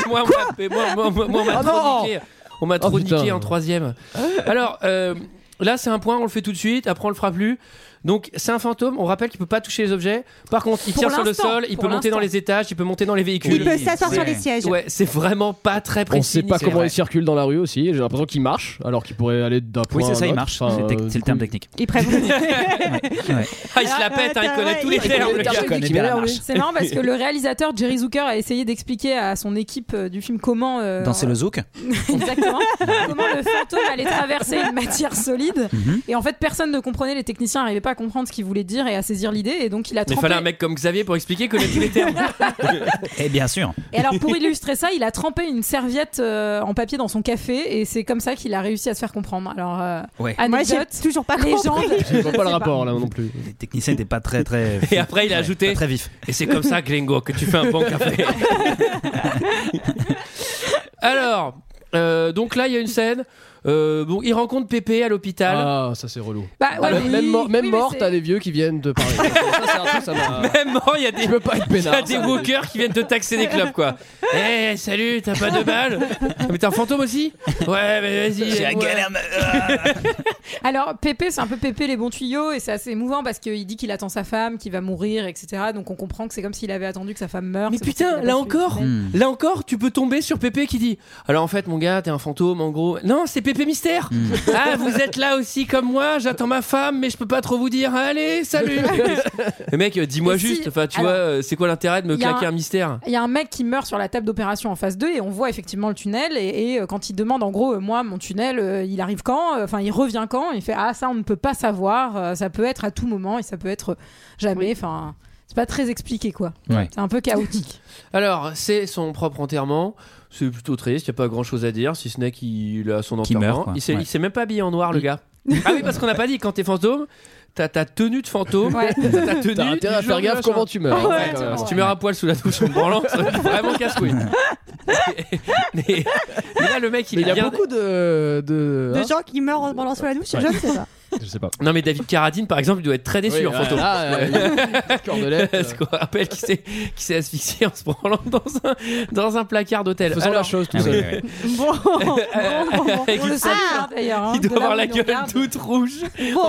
A: moi, on m'a- moi, moi, moi, moi, on m'a
G: Ah
A: trop
G: non
A: niqué. On m'a
G: Oh,
A: trop
G: putain.
A: niqué en troisième. Alors, euh, là, c'est un point, on le fait tout de suite, après, on le fera plus. Donc, c'est un fantôme, on rappelle qu'il peut pas toucher les objets. Par contre, il
K: Pour
A: tire sur le
K: l'instant,
A: sol, il
K: pour
A: peut monter dans
K: l'instant.
A: les étages, il peut monter dans les véhicules.
F: Il peut s'asseoir sur les sièges.
A: Ouais, c'est vraiment pas très précis.
G: On sait pas
A: ni-
G: comment
A: c'est
G: il circule dans la rue aussi. J'ai l'impression qu'il marche, alors qu'il pourrait aller d'un point
H: Oui, c'est
G: à
H: ça, il
G: l'autre.
H: marche.
G: Enfin,
H: C'est tec-
G: euh,
H: c'est le terme technique.
F: Il prévoit.
A: Ah, il se la pète, hein, il connaît tous les termes, le gars.
H: connaît bien la marche.
K: C'est marrant parce que le réalisateur Jerry Zucker a essayé d'expliquer à son équipe euh, du film comment euh,
H: Danser le zouk
K: Exactement. Comment le fantôme allait traverser une matière solide.
H: Mhm.
K: Et en fait, personne ne comprenait. Les techniciens n'arrivaient pas à comprendre ce qu'il voulait dire et à saisir l'idée. Et donc, il a
A: Mais il
K: trempé.
A: fallait un mec comme Xavier pour expliquer que tous les termes.
H: Eh bien sûr.
K: Et alors, pour illustrer ça, il a trempé une serviette euh, en papier dans son café. Et c'est comme ça qu'il a réussi à se faire comprendre. Alors, euh,
H: Ouais.
F: Moi j'ai
K: anecdote,
F: toujours pas
K: légende.
F: compris.
G: Je vois pas le
K: sais
G: rapport là non plus.
H: Les techniciens n'étaient pas très très.
A: Et après, il a ajouté.
H: pas très vifs.
A: Et c'est comme ça, Gringo, que tu fais un bon café. Alors, euh, donc là, il y a une scène. Euh, bon, il rencontre Pépé à l'hôpital.
G: Ah, ça c'est relou.
K: Bah, ouais,
G: Ah,
K: oui,
G: même mort,
K: oui,
G: même
K: mais
G: mort
K: c'est-
G: t'as des vieux qui viennent de parler. ça, c'est un truc, ça m'a-
A: Même mort, il y a des,
G: Je peux pas être
A: il y a
G: peinard.
A: des
G: ça.
A: walkers qui viennent te taxer des clubs, quoi. Eh, salut, t'as pas de balles Mais t'es un fantôme aussi Ouais, mais vas-y.
H: J'ai la
A: ouais.
H: galère. ma-
K: Alors, Pépé, c'est un peu Pépé les bons tuyaux, et c'est assez émouvant parce qu'il dit qu'il attend sa femme, qu'il va mourir, etc. Donc, on comprend que c'est comme s'il avait attendu que sa femme meure.
A: Mais
K: c'est pour
A: putain,
K: ça qu'il a
A: là
K: pas
A: encore
K: suivi.
H: Hmm.
A: Là encore, tu peux tomber sur Pépé qui dit Alors en fait, mon gars, t'es un fantôme en gros. Non, c'est Pépé Mystère Ah, vous êtes là aussi comme moi, j'attends ma femme, mais je peux pas trop vous dire. Allez, salut Mais mec, euh, dis-moi
K: Et si-
A: juste, enfin, tu
K: alors,
A: vois, euh, c'est quoi l'intérêt de me
K: y a
A: claquer
K: un-
A: un... mystère
K: Il y a un mec qui meurt sur la table d'opération en phase 2 et on voit effectivement le tunnel et, et, euh, quand il demande en gros euh, moi mon tunnel euh, il arrive quand Euh, enfin il revient quand il fait ah ça on ne peut pas savoir euh, ça peut être à tout moment et ça peut être jamais enfin c'est pas très expliqué quoi
H: Ouais.
K: c'est un peu chaotique
A: Alors, c'est son propre enterrement. C'est plutôt triste, y a pas grand chose à dire, si ce n'est qu'il a son
H: Qu'il
A: enterrement.
H: meurt, quoi.
A: il s'est
H: Ouais.
A: il s'est même pas habillé en noir, le gars. ah oui, parce qu'on n'a pas dit, quand t'es fantôme, t'as ta tenue de fantôme,
K: Ouais.
A: t'as ta tenue.
G: T'as
A: du
G: intérêt à
A: jour
G: faire
A: du
G: gaffe
A: machin.
G: comment tu meurs.
A: Ouais,
G: Ouais,
A: Si
G: ouais.
A: tu meurs à poil sous la douche en me branlant, ça va être vraiment casse-couille. mais, mais là, le mec, il
G: Mais il y
A: est
G: a
A: bien.
G: beaucoup de. de-
F: De
G: hein
F: gens qui meurent en branlant sous la douche, je ne sais pas.
G: Je sais pas.
A: Non, mais David Carradine, par exemple, il doit être très déçu
G: Oui,
A: en
G: ouais,
A: fantôme.
G: là, euh, Cordelette. euh,
A: Parce qu'on rappelle qu'il s'est, qu'il s'est asphyxié en se branlant dans un, dans un placard d'hôtel.
G: Faisons la
A: Alors, euh,
G: chose tout
H: Ah oui,
G: seul.
H: oui, oui.
F: Bon, bon, bon, bon.
A: avec-
K: on le salue
F: Ah.
K: hein, d'ailleurs Oh. hein,
A: il
K: de
A: doit
K: là
A: avoir
K: où
A: la
K: il nous
A: gueule
K: regarde.
A: toute rouge.
F: Bon,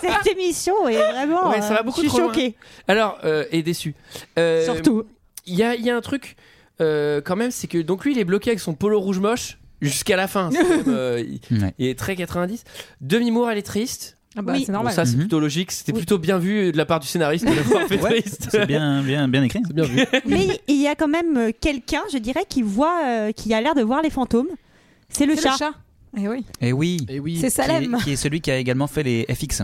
F: cette émission est vraiment.
A: Ouais, ça va
F: euh,
A: beaucoup
F: je suis
A: trop loin.
F: choquée,
A: Alors, euh, et déçu. Euh,
F: surtout.
A: Il y a, il y a un truc, euh, quand même, c'est que donc lui, il est bloqué avec son polo rouge moche jusqu'à la fin. C'est quand même, euh, il,
H: Ouais.
A: il est très 90. Demi-mour, elle est triste.
K: Ah bah,
F: Oui.
K: c'est
A: Bon,
K: normal
A: ça, c'est
H: Mhm.
A: plutôt logique. C'était
F: Oui.
A: plutôt bien vu de la part du scénariste de l'avoir fait
H: Ouais,
A: triste.
H: C'est bien, bien, bien écrit.
G: C'est bien vu.
F: Mais il y a quand même euh, quelqu'un, je dirais, qui voit, euh, qui a l'air de voir les fantômes. C'est le
K: C'est
F: chat.
K: le chat Eh oui
H: Et oui.
G: Et oui.
K: c'est
H: Qui est,
K: Salem
H: qui est celui qui a également fait les FX.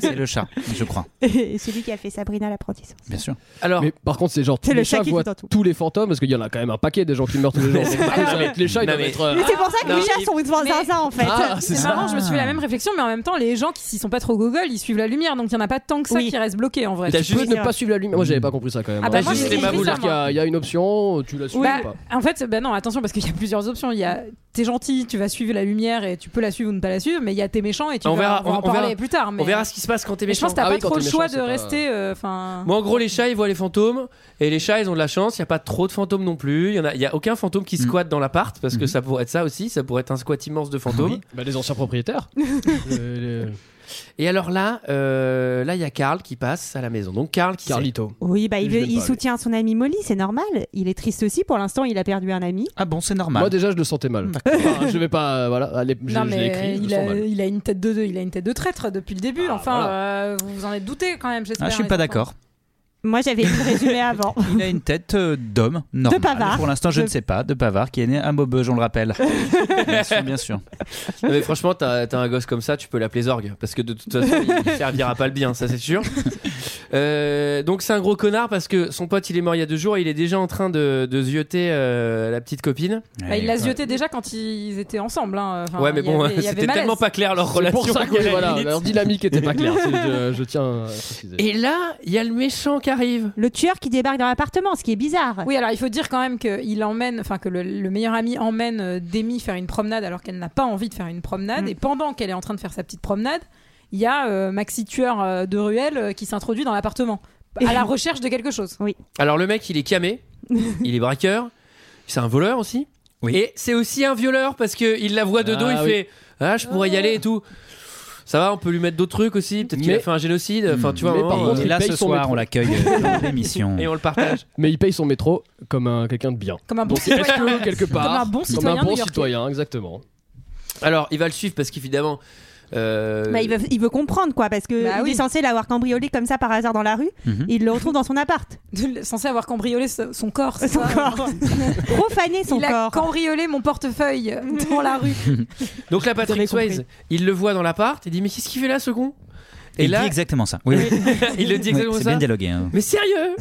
H: C'est le chat, je crois.
F: Et Celui qui a fait Sabrina l'apprentissage.
H: Bien sûr.
A: Alors,
G: mais par contre, c'est genre
F: C'est
G: tous
F: le
G: les
F: chat
G: chats
F: qui
G: voient
F: fait un
G: tous les fantômes parce qu'il y en a quand même un paquet des gens qui meurent tous les jours. Donc, par contre, avec les chats, ils
A: Non,
G: doivent
A: mais-
G: être. euh,
F: Mais c'est pour ça que
G: ah,
F: les chats
G: non,
F: sont devant Zinzin en fait.
G: Ah, c'est ça.
K: marrant, je me suis fait la même réflexion, mais en même temps, les gens qui s'y sont pas trop gogol, ils suivent la lumière, donc il y en a pas tant que ça qui restent bloqués en vrai.
G: Tu peux ne pas suivre la lumière. Moi, j'avais pas compris ça quand même.
K: Ah bah, moi, j'ai compris ça,
G: C'est-à-dire qu'il y a- il y a une option, tu la suis ou
K: Bah,
G: pas.
K: En fait, bah non, attention, parce qu'il y a plusieurs options. Il y a t'es gentil, tu vas suivre la lumière et tu peux la suivre ou ne pas la suivre, mais il y a t'es méchant et tu
A: On
K: vas-
A: verra,
K: on va en
A: on verra.
K: parler plus tard. Mais...
A: On verra ce qui se passe quand t'es
K: Mais Je
A: méchant.
K: pense que t'as
A: Ah
K: pas
A: oui, quand
K: trop
A: t'es
K: le choix
A: méchant,
K: de
A: c'est pas-
K: rester. euh, Enfin.
A: Moi, en gros, les chats, ils voient les fantômes. Et les chats, ils ont de la chance. Il n'y a pas trop de fantômes non plus. Il n'y a, il y a aucun fantôme
H: Mhm.
A: qui squatte dans l'appart. Parce que ça pourrait être ça aussi. Ça pourrait être un squat immense de fantômes.
G: Bah, les anciens propriétaires. Euh, les-
A: Et alors là, euh, là, il y a Karl qui passe à la maison. Donc, Karl qui.
G: Carlito.
F: Oui, bah, il,
A: Je
F: veut-
A: l'aime
F: il
A: pas,
F: soutient son ami Molly, c'est normal. Il est triste aussi, pour l'instant, il a perdu un ami.
H: Ah bon, c'est normal.
G: Moi, déjà, je le sentais mal. Enfin, je vais pas. euh, Voilà, allez, je,
K: non
G: je l'ai
K: mais
G: écrit. je le
K: il,
G: sens
K: a,
G: mal.
K: il a une tête de il a une tête de traître depuis le
A: Ah,
K: début. enfin, euh, vous vous en êtes douté quand même. J'espère.
H: Ah, je suis
K: les
H: pas
K: enfants.
H: d'accord.
F: Moi, j'avais une résumé avant.
H: Il a une tête euh, d'homme, non
F: pavard.
H: Pour l'instant, je
F: De-
H: ne sais pas, de pavard, qui est né à Maubeuge, on le rappelle. bien sûr, bien sûr.
A: Non, mais franchement, t'as t'as un gosse comme ça, tu peux l'appeler Zorg. Parce que de toute façon, il servira pas le bien, ça c'est sûr. Euh, donc, c'est un gros connard parce que son pote, il est mort il y a deux jours. Et il est déjà en train de, de zioter euh, la petite copine.
K: Bah, il l'a zioté déjà quand ils étaient ensemble. hein. Enfin,
A: ouais, mais
K: il y avait-
A: bon,
K: il y avait
A: c'était
K: malaise.
A: tellement pas clair leur
G: C'est
A: relation.
G: pour ça
A: qu'il y
G: que
A: a
G: voilà,
A: limite.
G: leur dynamique était pas claire. c'est- Je, je tiens à préciser.
A: Et là, il y a le méchant qui arrive.
F: Le tueur qui débarque dans l'appartement, ce qui
G: Ah.
F: est bizarre.
K: Oui, alors il faut dire quand même qu'il emmène, enfin que le, le meilleur ami emmène euh, Demi faire une promenade alors qu'elle n'a pas envie de faire une promenade.
G: Mm.
K: Et pendant qu'elle est en train de faire sa petite promenade, il y a euh, Maxi tueur euh, de ruelle euh, qui s'introduit dans l'appartement à la recherche de quelque chose.
F: Oui.
A: Alors le mec, il est camé, il est braqueur, c'est un voleur aussi. Et c'est aussi un violeur parce que il la voit de dos,
G: Ah
A: il
G: oui.
A: fait ah je pourrais y aller et tout. Ça va, on peut lui mettre d'autres trucs aussi. Peut-être qu'il
G: Mais-
A: a fait un génocide. Enfin, tu vois.
G: Mais
A: un moment,
G: par contre,
A: euh,
G: il
H: Là,
G: paye
H: ce
G: son
H: soir,
G: métro.
H: on l'accueille euh, dans l'émission.
A: et on le partage.
G: Mais il paye son métro comme un quelqu'un de bien.
K: Comme un bon
G: Donc, est-ce
K: citoyen.
G: que, quelque part,
K: Comme un bon citoyen
G: bon
K: new-yorkais.
G: citoyen, exactement.
A: Alors, il va le suivre parce qu'évidemment. euh,
F: Bah, il, veut, il veut comprendre quoi, parce que
K: Bah
F: il
K: oui.
F: est censé l'avoir cambriolé comme ça par hasard dans la rue.
H: Mhm.
F: Il le retrouve dans son appart,
K: Censé avoir cambriolé ce- son corps. c'est
F: Son
K: ça
F: corps. profané son
K: Il a
F: corps.
K: cambriolé mon portefeuille dans la rue.
A: Donc là, Patrick
F: Vous avez compris.
A: Swayze, il le voit dans l'appart. Il dit mais qu'est-ce qu'il fait là, ce con Et
H: il
A: là,
H: dit exactement ça. Oui, oui.
A: il le dit
H: Oui,
A: exactement
H: c'est
A: ça.
H: bien dialogué. hein.
A: mais sérieux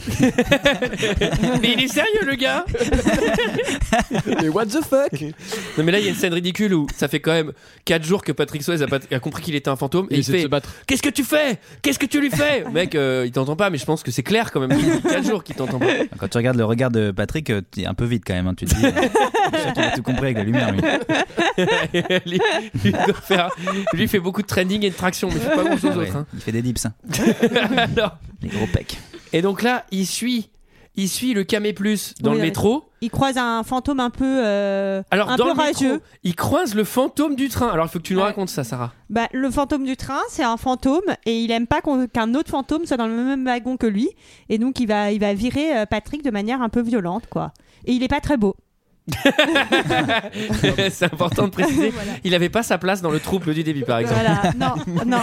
A: Mais il est sérieux, le gars
G: Mais what the fuck
A: Non mais là il y a une scène ridicule où ça fait quand même 4 jours que Patrick Swayze a, pas- a compris qu'il était un fantôme et
G: Il
A: il
G: essaie de
A: fait
G: se battre.
A: qu'est-ce que tu fais qu'est-ce que tu lui fais mec euh, il t'entend pas mais je pense que c'est clair quand même 4 jours qu'il t'entend pas
H: Quand tu regardes le regard de Patrick, euh, t'es un peu vite quand même. hein, tu te dis, euh, surtout, il a tout compris avec la lumière. lui.
A: lui, lui doit faire- lui, il fait beaucoup de trending et de traction mais il fait pas grand chose
H: Ah ouais,
A: d'autre hein.
H: Il fait des dips, hein.
A: Alors,
H: les gros pecs.
A: et donc là il suit il suit le camé plus dans
F: Oui,
A: le
F: oui.
A: métro
F: Il croise un fantôme un peu, euh,
A: alors
F: un
A: dans
F: peu
A: le
F: rageux.
A: métro il croise le fantôme du train alors il faut que tu nous
K: Ouais.
A: racontes ça Sarah
F: Bah, le fantôme du train, c'est un fantôme et il aime pas qu'on- qu'un autre fantôme soit dans le même wagon que lui. Et donc, il va, il va virer euh, Patrick de manière un peu violente, quoi. Et il est pas très beau.
A: c'est important de préciser il avait pas sa place dans le trouble du début par exemple
F: Voilà. Non, non.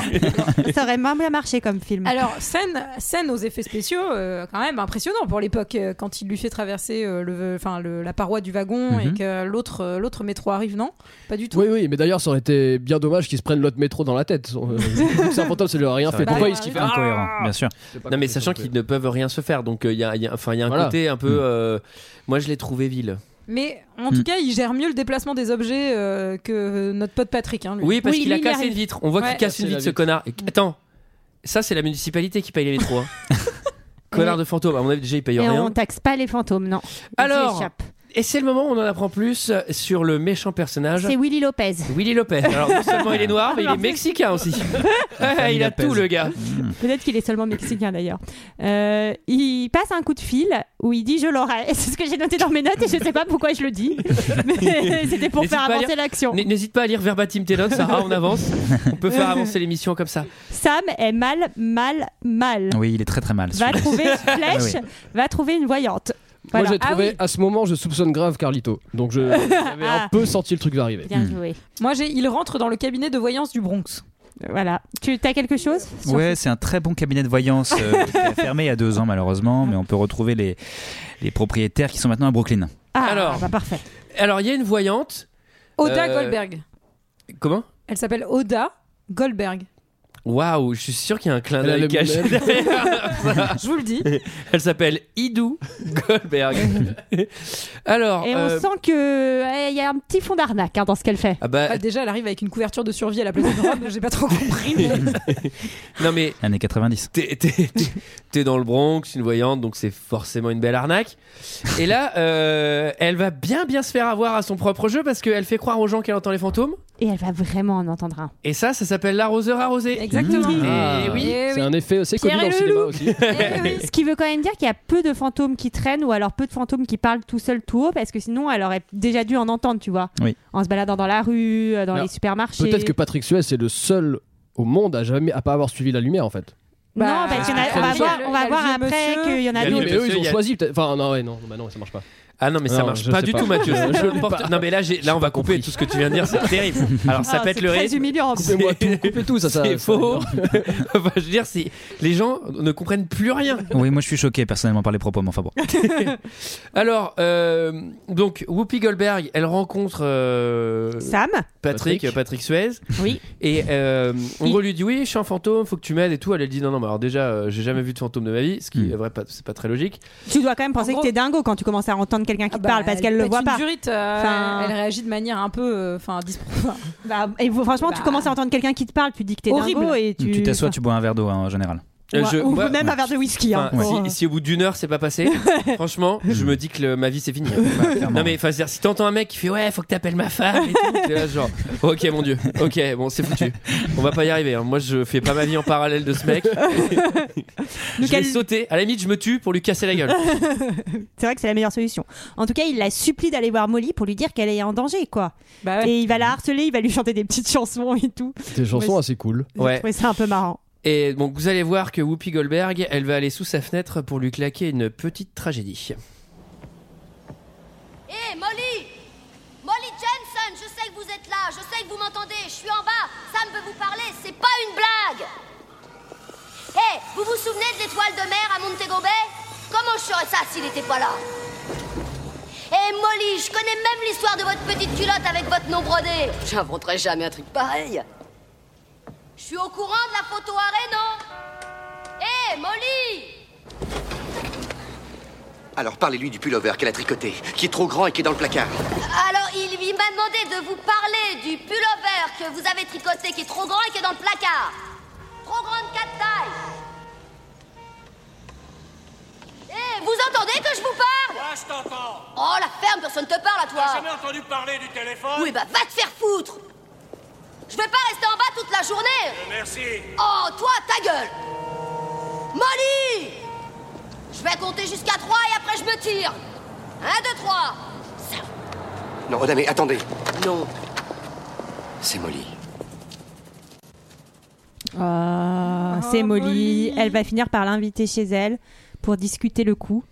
F: Ça aurait moins bien marché comme film.
K: Alors, scène, scène aux effets spéciaux, euh, quand même impressionnant pour l'époque, euh, quand il lui fait traverser euh, le, enfin, le- la paroi du wagon et
H: Mhm.
K: que l'autre euh, l'autre métro arrive, non Pas du tout.
G: Oui, oui, mais d'ailleurs, ça aurait été bien dommage qu'ils se prennent l'autre métro dans la tête. Euh, C'est un fantôme, ça lui a rien
A: Ça
G: fait.
A: aurait
G: Pourquoi il
K: été
G: se kiffe
H: Incohérent, bien sûr.
A: Non mais sachant qu'ils ne peuvent rien se faire, donc euh, il y a, il y a- enfin, il y a un
G: Voilà.
A: côté un peu... euh, moi je l'ai trouvé vil.
K: Mais en
A: Hmm.
K: tout cas, il gère mieux le déplacement des objets euh, que notre pote Patrick. hein, lui.
A: Oui parce
F: Oui,
A: qu'il a
F: lui, il
A: cassé
F: arrive.
A: une vitre. On voit
K: Ouais.
A: qu'il casse une
G: Casser la
A: vitre ce connard. Et- Attends, ça c'est la municipalité qui paye les métros. hein. connard de fantôme, à mon avis déjà il paye
F: et
A: rien.
F: on taxe pas les fantômes, non. Ils
A: Alors,
F: s'échappent.
A: Et c'est le moment où on en apprend plus sur le méchant personnage.
F: c'est Willy Lopez.
A: Willy Lopez. Alors non seulement il est noir, mais il est mexicain aussi. Ah, il a
H: Lopez.
A: tout le gars.
F: Peut-être qu'il est seulement mexicain d'ailleurs. Euh, il passe un coup de fil où il dit je l'aurai. C'est ce que j'ai noté dans mes notes et je sais pas pourquoi je le dis. Mais c'était pour
A: N'hésite
F: faire
A: pas à lire.
F: avancer l'action.
A: N- N'hésite pas à lire verbatim tes notes, Sarah, on avance. On peut faire avancer l'émission comme ça.
F: Sam est mal, mal, mal.
A: Ah
H: Ah Oui, il est très très mal.
F: Va
H: celui-là.
F: trouver une flèche,
H: Ah
F: va trouver une voyante. Voilà.
G: Moi, j'ai
K: Ah
G: trouvé,
K: oui.
G: à ce moment, je soupçonne grave Carlito. Donc, je- j'avais un peu senti le truc va arriver.
F: Ah, Bien
H: Hmm.
F: joué.
K: Moi, j'ai- il rentre dans le cabinet de voyance du Bronx.
F: Voilà. Tu as quelque chose sur-
H: Ouais, c'est un très bon cabinet de voyance euh, qui a fermé il y a deux ans malheureusement, mais on peut retrouver les, les propriétaires qui sont maintenant à Brooklyn.
F: Ah,
A: Alors.
F: bah, parfait.
A: Alors il y a une voyante.
K: Oda
A: Euh,
K: Goldberg.
A: Comment
K: Elle s'appelle Oda Goldberg.
A: Waouh, je suis sûr qu'il y a un clin
G: Elle a
A: d'œil
G: le
A: caché
G: même.
A: derrière.
K: Je vous le dis.
A: Elle s'appelle Idou Goldberg. Alors,
F: Et
A: euh,
F: on sent que eh, il y a un petit fond d'arnaque hein, dans ce qu'elle fait.
A: Ah bah- Ah,
K: déjà, elle arrive avec une couverture de survie à la place d'une robe. J'ai pas trop compris.
A: non mais
H: années 90.
A: T'es t'es- t'es- t'es dans le Bronx, une voyante, donc c'est forcément une belle arnaque. Et là, euh, elle va bien bien se faire avoir à son propre jeu parce qu'elle fait croire aux gens qu'elle entend les fantômes.
F: Et elle va vraiment en entendre un.
A: Et ça, ça s'appelle l'arroseur arrosé. Ah.
F: Exactement.
A: Et oui.
G: C'est un effet aussi
F: Eh Pierre
G: connu dans le
F: et le
G: cinéma
F: loup.
G: aussi.
K: Eh
F: Ce qui veut quand même dire qu'il y a peu de fantômes qui traînent ou alors peu de fantômes qui parlent tout seul tout haut parce que sinon elle aurait déjà dû en entendre, tu vois.
H: Oui.
F: En se baladant dans la rue, euh, dans
G: Alors,
F: les supermarchés.
G: Peut-être que Patrick Suez est le seul au monde à jamais à pas avoir suivi la lumière en fait.
F: non, parce qu'on a- on va
K: il y a
F: voir,
K: Bah, le-
F: on
K: il y a
F: va
K: le
F: voir
K: vieux
F: après
K: monsieur.
F: qu'il y en a
G: Oui, mais eux
F: d'autres.
G: ils ont
A: il y a-
G: choisi. peut-être- Enfin non, ouais, non, bah non, ça marche pas.
A: Ah non mais ça
G: Non,
A: marche
G: je
A: pas
G: sais
A: du
G: pas.
A: tout Mathieu. Je le porte-
G: Pas-
A: Non mais là j'ai- là on va couper tout ce que tu viens de dire, c'est terrible. Alors ça
F: Ah,
A: pète
F: c'est
A: le
F: très
A: rythme.
F: humiliant.
G: Coupez-moi tout, coupez tout ça. ça
A: C'est
G: ça-
A: faux. Enfin, je veux dire si les gens ne comprennent plus rien.
H: Oui, moi je suis choqué personnellement par les propos, mais enfin bon.
A: Alors euh, donc Whoopi Goldberg, elle rencontre euh,
F: Sam
A: Patrick, Patrick, Suez.
F: Oui.
A: Et euh, en gros, lui dit Oui, je suis un fantôme, faut que tu m'aides et tout. Elle, elle dit Non, non, mais alors déjà, euh, j'ai jamais vu de fantôme de ma vie, ce
G: Hmm.
A: qui est vrai, pas- c'est pas très logique.
F: Tu dois quand même penser
K: En
F: que
K: gros-
F: t'es dingo quand tu commences à entendre quelqu'un qui te
K: Bah,
F: parle parce qu'elle le
K: pète
F: voit
K: une
F: pas.
K: durite, euh,
F: Enfin-
K: Elle réagit de manière un peu. euh, Enfin, dispro- enfin,
F: Bah, et vous- franchement, tu
K: Bah.
F: commences à entendre quelqu'un qui te parle, tu dis que t'es
K: Horrible.
F: dingo et tu.
H: Tu t'assois, tu bois un verre d'eau hein, en général.
A: Euh,
F: Ou-
A: je-
F: ou
A: moi-
F: même un verre de whisky. hein,
A: Enfin,
F: pour, euh,
A: si, si au bout d'une heure c'est pas passé, franchement, je me dis que le- ma vie c'est fini. non mais enfin, je veux dire, si t'entends un mec qui fait ouais, faut que t'appelles ma femme et tout, t'es là genre, ok mon dieu, ok bon c'est foutu, on va pas y arriver. hein. Moi je fais pas ma vie en parallèle de ce mec. je
F: Donc,
A: vais
F: elle-
A: sauter. À la limite, je me tue pour lui casser la gueule.
F: c'est vrai que c'est la meilleure solution. En tout cas, il la supplie d'aller voir Molly pour lui dire qu'elle est en danger, quoi. Et il va la harceler, il va lui chanter des petites chansons et tout.
G: C'était une chanson assez cool.
A: Ouais.
F: Ouais, c'est un peu marrant.
A: Et donc vous allez voir que Whoopi Goldberg, elle va aller sous sa fenêtre pour lui claquer une petite tragédie.
M: Hé, Molly Molly Jensen, je sais que vous êtes là, je sais que vous m'entendez, je suis en bas, Sam veut vous parler, c'est pas une blague Hé, vous vous souvenez de l'étoile de mer à Montego Bay Comment je saurais ça s'il était pas là Hé, Molly, je connais même l'histoire de votre petite culotte avec votre nom brodé J'inventerai jamais un truc pareil Je suis au courant de la photo arrêt, non Hé, Molly
D: Alors parlez-lui du pullover qu'elle a tricoté, qui est trop grand et qui est dans le placard.
M: Alors, il, il m'a demandé de vous parler du pullover que vous avez tricoté, qui est trop grand et qui est dans le placard. Trop grande quatre tailles. Hé, Eh, vous entendez que je vous parle
J: Ouais, je t'entends.
M: Oh, la ferme, personne te parle à toi.
J: T'as jamais entendu parler du téléphone
M: Oui, bah, va te faire foutre. Je vais pas rester en bas toute la journée.
J: Merci.
M: Oh, toi, ta gueule. Molly Je vais compter jusqu'à 3 et après je me tire. 1, 2, 3.
D: Non, non, mais attendez. Non. C'est Molly.
F: Ah, c'est Molly. Elle va finir par l'inviter chez elle pour discuter le coup.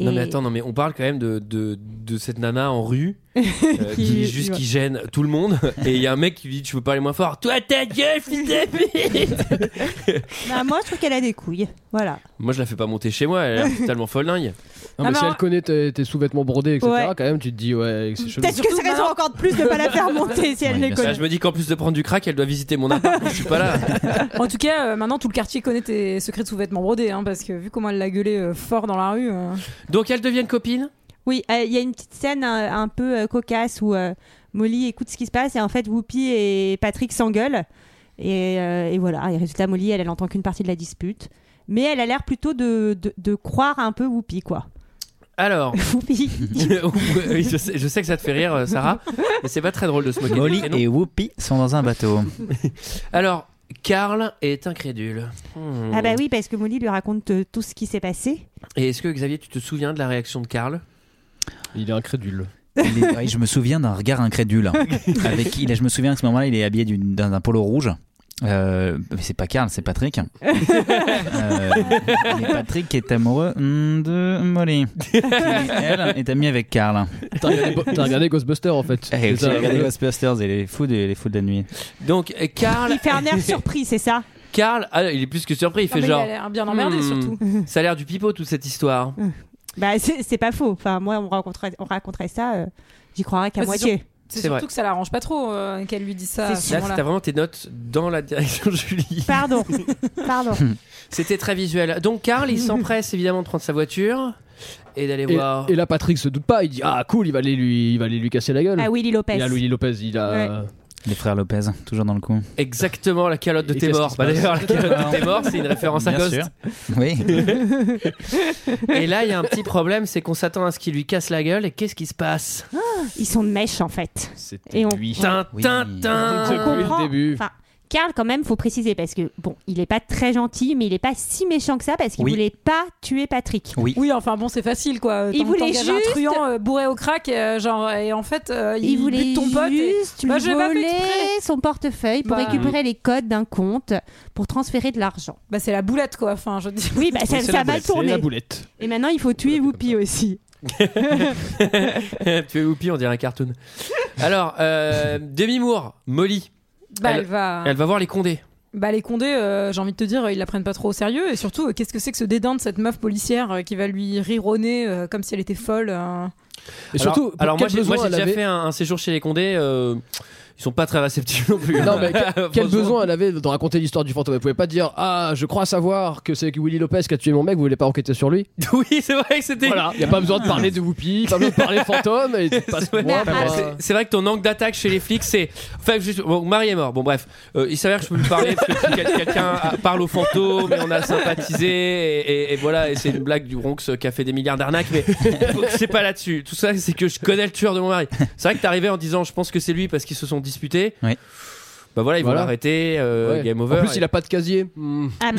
A: Non
F: Et-
A: mais attends, non mais on parle quand même de, de, de cette nana en rue euh, qui,
F: Qui-
A: juste
F: ouais.
A: qui gêne tout le monde et il y a un mec qui lui dit tu veux parler moins fort toi ta gueule fils de pute
F: Bah, moi, je trouve qu'elle a des couilles. Voilà.
A: moi je la fais pas monter chez moi elle est totalement folle dingue
G: Non, mais
K: Ah,
G: si elle connaît tes, tes sous-vêtements brodés, etc.,
F: Ouais.
G: quand même, tu te dis, ouais, c'est chelou.
F: Peut-être que c'est raison encore de plus de pas la faire monter si elle les
A: Bah,
F: connaît.
A: je me dis qu'en plus de prendre du crack elle doit visiter mon appart je suis pas là
K: En tout cas, euh, maintenant tout le quartier connaît tes secrets de sous-vêtements brodés, hein, parce que vu comment elle l'a gueulé euh, fort dans la rue. euh,
A: donc elles deviennent copines
F: Oui, euh, il y a une petite scène euh, un peu euh, cocasse où euh, Molly écoute ce qui se passe et en fait Whoopi et Patrick s'engueulent. Et, euh, et voilà, et résultat, Molly, elle, elle entend qu'une partie de la dispute. Mais elle a l'air plutôt de, de, de croire un peu Whoopi, quoi.
A: alors
F: Whoopi
A: Oui, je, sais, je sais que ça te fait rire euh, Sarah mais c'est pas très drôle de se moquer de
H: Molly
A: ton prénom.
H: et Whoopi sont dans un bateau.
A: alors Karl est incrédule Hmm.
F: Ah bah oui, parce que Molly lui raconte euh, tout ce qui s'est passé.
A: et est-ce que Xavier tu te souviens de la réaction de Karl
G: Il est incrédule.
H: Il est- ouais, je me souviens d'un regard incrédule. hein. Avec, il est- je me souviens que ce moment-là, il est habillé d'une- d'un d'un polo rouge. Euh, mais c'est pas Karl, c'est Patrick. Euh, mais Patrick est amoureux mm, de Molly. Qui, elle est amie avec Karl. Eh
G: T'as regardé, Bo- t'as regardé Ghostbusters en fait.
H: Et
G: C'est
H: aussi,
G: ça.
H: regardez Ghostbusters et les fous de, les fous de la nuit.
A: donc euh, Karl
F: Il fait un air surpris, c'est ça
A: Karl, ah, il est plus que surpris, il
K: non,
A: fait
K: mais
A: genre.
K: Il a l'air bien emmerdé
A: Hmm,
K: surtout.
A: Ça a l'air du pipeau toute cette histoire.
F: Bah c'est c'est pas faux. Enfin, moi, on raconterait, on raconterait ça, euh, j'y croirais qu'à
K: Bah, c'est
F: moitié.
K: sur- C'est
A: C'est vrai.
K: surtout que ça l'arrange pas trop euh, qu'elle lui dise ça. à ce
A: Là,
K: moment-là.
A: t'as vraiment tes notes dans la direction de Julie.
F: Pardon. Pardon.
A: C'était très visuel. Donc, Karl, il s'empresse évidemment de prendre sa voiture et d'aller
G: Et,
A: voir.
G: et là, Patrick se doute pas. Il dit Ah, cool, il va aller lui, il va aller lui casser la gueule.
F: Ah, Willy Lopez.
G: Il a Willy Lopez. Il a.
A: Ouais.
H: Les frères Lopez, toujours dans le coup.
A: Exactement, la calotte de
H: Et
A: tes
H: qu'est-ce
A: morts.
H: qui se
A: Bah,
H: passe
A: D'ailleurs, la calotte de tes morts, c'est une référence à
H: Bien
A: Ghost.
H: sûr. Oui.
A: Et là, il y a un petit problème, c'est qu'on s'attend à ce qu'il lui casse la gueule. Et qu'est-ce qui se passe
F: Ils sont de mèche en fait. Et on,
A: Tin, tin, tin.
F: on comprend. Enfin, Karl, quand même, faut préciser parce que bon, il est pas très gentil, mais il est pas si méchant que ça parce qu'il
H: Oui.
F: voulait pas tuer Patrick.
H: Oui.
K: Oui, enfin bon, c'est facile quoi.
F: Il
K: T'en-
F: voulait
K: t'engages un
F: juste-
K: truand euh, bourré au crack, euh, genre, et en fait, euh,
F: Il, voulait
K: bute ton pote. et-
F: juste
K: Bah,
F: lui
K: j'ai pas fait exprès.
F: voler son portefeuille pour
K: Bah.
F: récupérer les codes d'un compte pour transférer de l'argent.
K: Bah, c'est la boulette quoi. Enfin, je dis.
F: Oui, bah, ça, ça a mal tourné.
G: La boulette.
F: Et maintenant, il faut tuer Whoopi aussi.
A: tu es Whoopi, on dirait un cartoon. Alors, euh, Demi Moore, Molly.
K: Bah, elle va-
A: elle va voir les Condés.
K: Bah les Condés, euh, j'ai envie de te dire, ils la prennent pas trop au sérieux. Et surtout, euh, qu'est-ce que c'est que ce dédain de cette meuf policière euh, qui va lui rironner euh, comme si elle était folle euh.
G: Et
A: alors,
G: surtout, pour
A: alors moi,
G: quel
A: j'ai- moi,
G: besoin
A: j'ai
G: elle
A: déjà
G: avait-
A: fait un, un séjour chez les Condés. euh, ils sont pas très réceptifs non plus. hein.
G: Non, mais quel- quel
A: Franchement.
G: besoin elle avait de raconter l'histoire du fantôme Elle pouvait pas dire Ah, je crois savoir que c'est Willy Lopez qui a tué mon mec, vous voulez pas enquêter sur lui
A: Oui, c'est vrai que c'était.
G: Voilà, y a pas besoin de parler de Whoopi, pas besoin de parler de fantôme. Et passe
A: Ouais,
G: moi,
A: bah,
G: moi.
A: c'est- c'est vrai que ton angle d'attaque chez les flics, c'est. Enfin, juste- bon, Marie est mort. Bon, bref, Euh, il s'avère que je peux lui parler parce que quel- quelqu'un a- parle aux fantômes et on a sympathisé et, et- et voilà. Et c'est une blague du Bronx qui a fait des milliards d'arnaques, mais faut que c'est pas là-dessus. Tout ça, c'est que je connais le tueur de mon mari. C'est vrai que t'arrivais en disant, je pense que c'est lui parce qu'ils se sont disputés.
H: Oui.
A: Bah voilà, ils vont
G: Voilà.
A: l'arrêter. euh,
G: Ouais.
A: Game over.
G: En plus,
A: Et-
G: il a pas de casier. Hmm. Ah,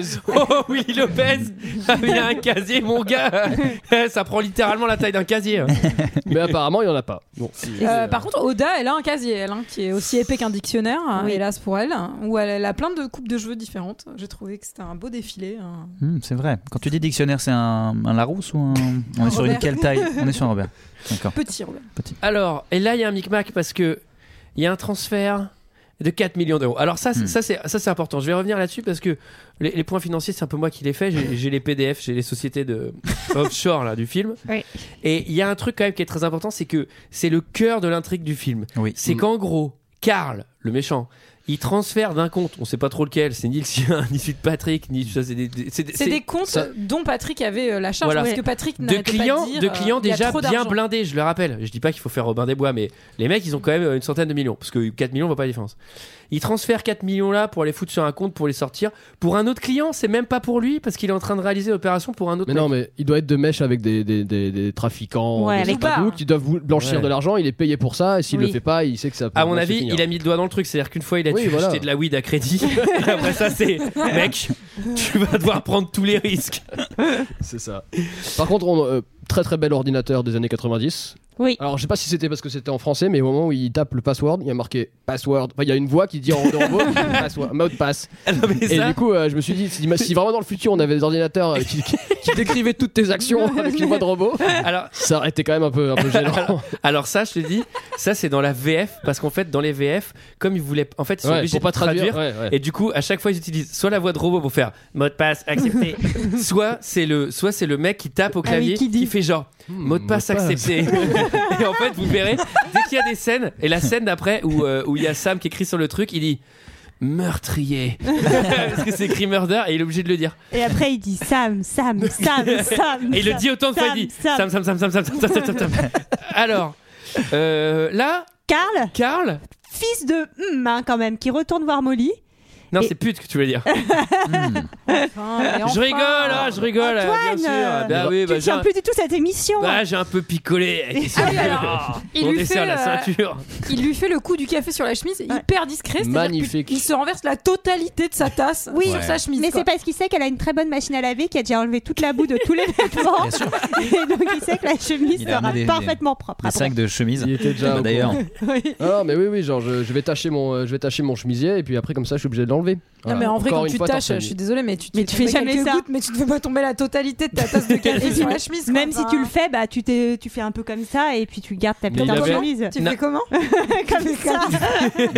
G: c'est-
A: Oh oui, Lopez Ah, mais Il y a un casier, mon gars Eh, Ça prend littéralement la taille d'un casier. hein.
G: Mais apparemment, il y en a pas. Bon.
K: Euh, par contre, Oda, elle a un casier, elle, hein, qui est aussi épais qu'un dictionnaire, hein, hélas pour elle, hein, où elle, elle a plein de coupes de cheveux différentes. J'ai trouvé que c'était un beau défilé. hein.
H: Hmm, c'est vrai. Quand tu dis dictionnaire, c'est un, un Larousse ou un. On est sur une
K: Robert.
H: quelle taille On est sur un Robert. D'accord.
K: Petit Robert.
A: Alors, et là, il y a un micmac parce que il y a un transfert de 4 millions d'euros. Alors ça, c'est-
G: Hmm.
A: ça c'est ça c'est important. Je vais revenir là-dessus parce que les, les points financiers, c'est un peu moi qui les fais. J'ai j'ai les PDF, j'ai les sociétés de offshore là du film. Et il y a un truc quand même qui est très important, c'est que c'est le cœur de l'intrigue du film.
G: Mm.
A: C'est qu'en gros, Karl, le méchant, il transfère d'un compte, on sait pas trop lequel, c'est ni le sien, ni celui de Patrick, ni ça, c'est des, des-
K: C'est des comptes dont Patrick avait euh, la charge,
A: Voilà.
K: parce que Patrick
A: de
K: n'arrêtait
A: clients,
K: pas de dire,
A: de
K: euh,
A: clients
K: il y a
A: déjà
K: trop
A: bien
K: d'argent.
A: blindés, je le rappelle. Je dis pas qu'il faut faire Robin des Bois, mais les mecs, ils ont quand même euh, une centaine de millions, parce que 4 millions, on voit pas la différence. Ils transfèrent 4 millions là pour les foutre sur un compte, pour les sortir. Pour un autre client, c'est même pas pour lui, parce qu'il est en train de réaliser l'opération pour un autre.
G: Mais non,
A: mec.
G: mais il doit être de mèche avec des, des, des, des
K: Oh,
G: trafiquants,
A: Ouais,
G: des
A: avec-
G: espadoucs qui doivent vous- blanchir
A: Ouais.
G: de l'argent. Il est payé pour ça, et s'il
A: Oui.
G: le fait pas, il sait que ça. peut
A: À mon
G: mal se
A: avis,
G: finir.
A: il a mis le doigt dans le truc, c'est-à-dire qu'une fois il a
G: hein. Oui,
A: dû
G: voilà.
A: acheter de la weed à crédit. Et après ça, c'est mec, tu vas devoir prendre tous les risques.
G: C'est ça. Par contre, on, euh, très très bel ordinateur des années 90.
F: Oui.
G: Alors, je sais pas si c'était parce que c'était en français, mais au moment où il tape le password, il y a marqué password. Enfin, il y a une voix qui dit en haut password, mot de passe. Et
A: ça-
G: du coup, euh, je me suis dit, si, si vraiment dans le futur on avait des ordinateurs euh, qui, qui- qui décrivaient toutes tes actions avec une voix de robot,
A: Alors,
G: ça aurait été quand même un peu, un peu gênant.
A: alors, alors ça, je te dis, ça c'est dans la VF parce qu'en fait dans les VF, comme ils voulaient, en fait, ils sont
G: Ouais,
A: obligés
G: pour pas
A: de traduire.
G: traduire, ouais, ouais.
A: Et du coup, à chaque fois, ils utilisent soit la voix de robot pour faire mot de passe accepté, soit c'est le, soit c'est le mec qui tape au
G: Ah oui,
A: clavier
G: qui
A: qui,
G: dit. Hmm,
A: fait genre mot de passe
G: mot de passe.
A: accepté. et en fait, vous verrez dès qu'il y a des scènes et la scène d'après où euh, où il y a Sam qui écrit sur le truc, il dit meurtrier parce que c'est écrit murder et il est obligé de le dire.
F: Et après, il dit Sam, Sam, Sam, Sam.
A: Et il le
F: Sam,
A: dit autant de fois,
F: Sam,
A: il dit Sam, Sam, Sam, Sam, Sam, Sam, Sam, Sam, Sam, Sam. Alors, euh, là.
F: Karl
A: Karl
F: Fils de hum, hein, quand même, qui retourne voir Molly.
A: Non, c'est pute que tu veux dire.
K: Enfin, et
A: Je
K: enfin,
A: rigole, ah, je rigole, bien sûr. Bah oui,
F: tu
A: bah, j'ai
F: tiens
A: un-
F: plus du tout cette émission. hein.
A: Bah, j'ai un peu picolé. Qu'est-ce
K: Ah oui,
A: que-
K: alors,
A: Mon
K: il lui
A: dessert,
K: fait,
A: la
K: euh,
A: ceinture.
K: Il lui fait le coup du café sur la chemise, hyper discret. c'est-à-dire
G: Magnifique.
K: que Il se renverse la totalité de sa tasse
F: oui,
K: sur sa chemise.
F: mais
K: quoi.
F: c'est parce qu'il sait qu'elle a une très bonne machine à laver qui a déjà enlevé toute la boue de tous les vêtements. Et donc il sait que la chemise
H: Il a
F: sera
H: ramené des-
F: parfaitement propre.
H: Des sacs de chemise.
G: Il était déjà
H: Bah,
G: au Ah,
H: D'ailleurs.
G: courant. Ah non, mais oui, oui, genre je, je vais tâcher mon, euh, je vais tâcher mon chemisier et puis après comme ça, je suis obligé de l'enlever enlevé.
K: Non, mais en vrai,
G: Encore
K: quand
G: une
K: tu
G: fois,
K: tâches,
G: t'enchaînes.
K: je suis désolée, mais tu te
F: Mais
K: fais
F: tu fais
K: tomber
F: jamais
K: quelques
F: ça.
K: gouttes, mais tu te fais pas tomber la totalité de ta tasse de
F: Et
K: café
F: puis,
K: sur la chemise.
F: même si tu le fais, bah tu, t'es- tu fais un peu comme ça et puis tu gardes ta
A: Mais
F: putain
A: il
F: de
A: avait-
F: chemise.
A: Tu Na- fais
K: comment
F: Comme ça.
H: Hmm,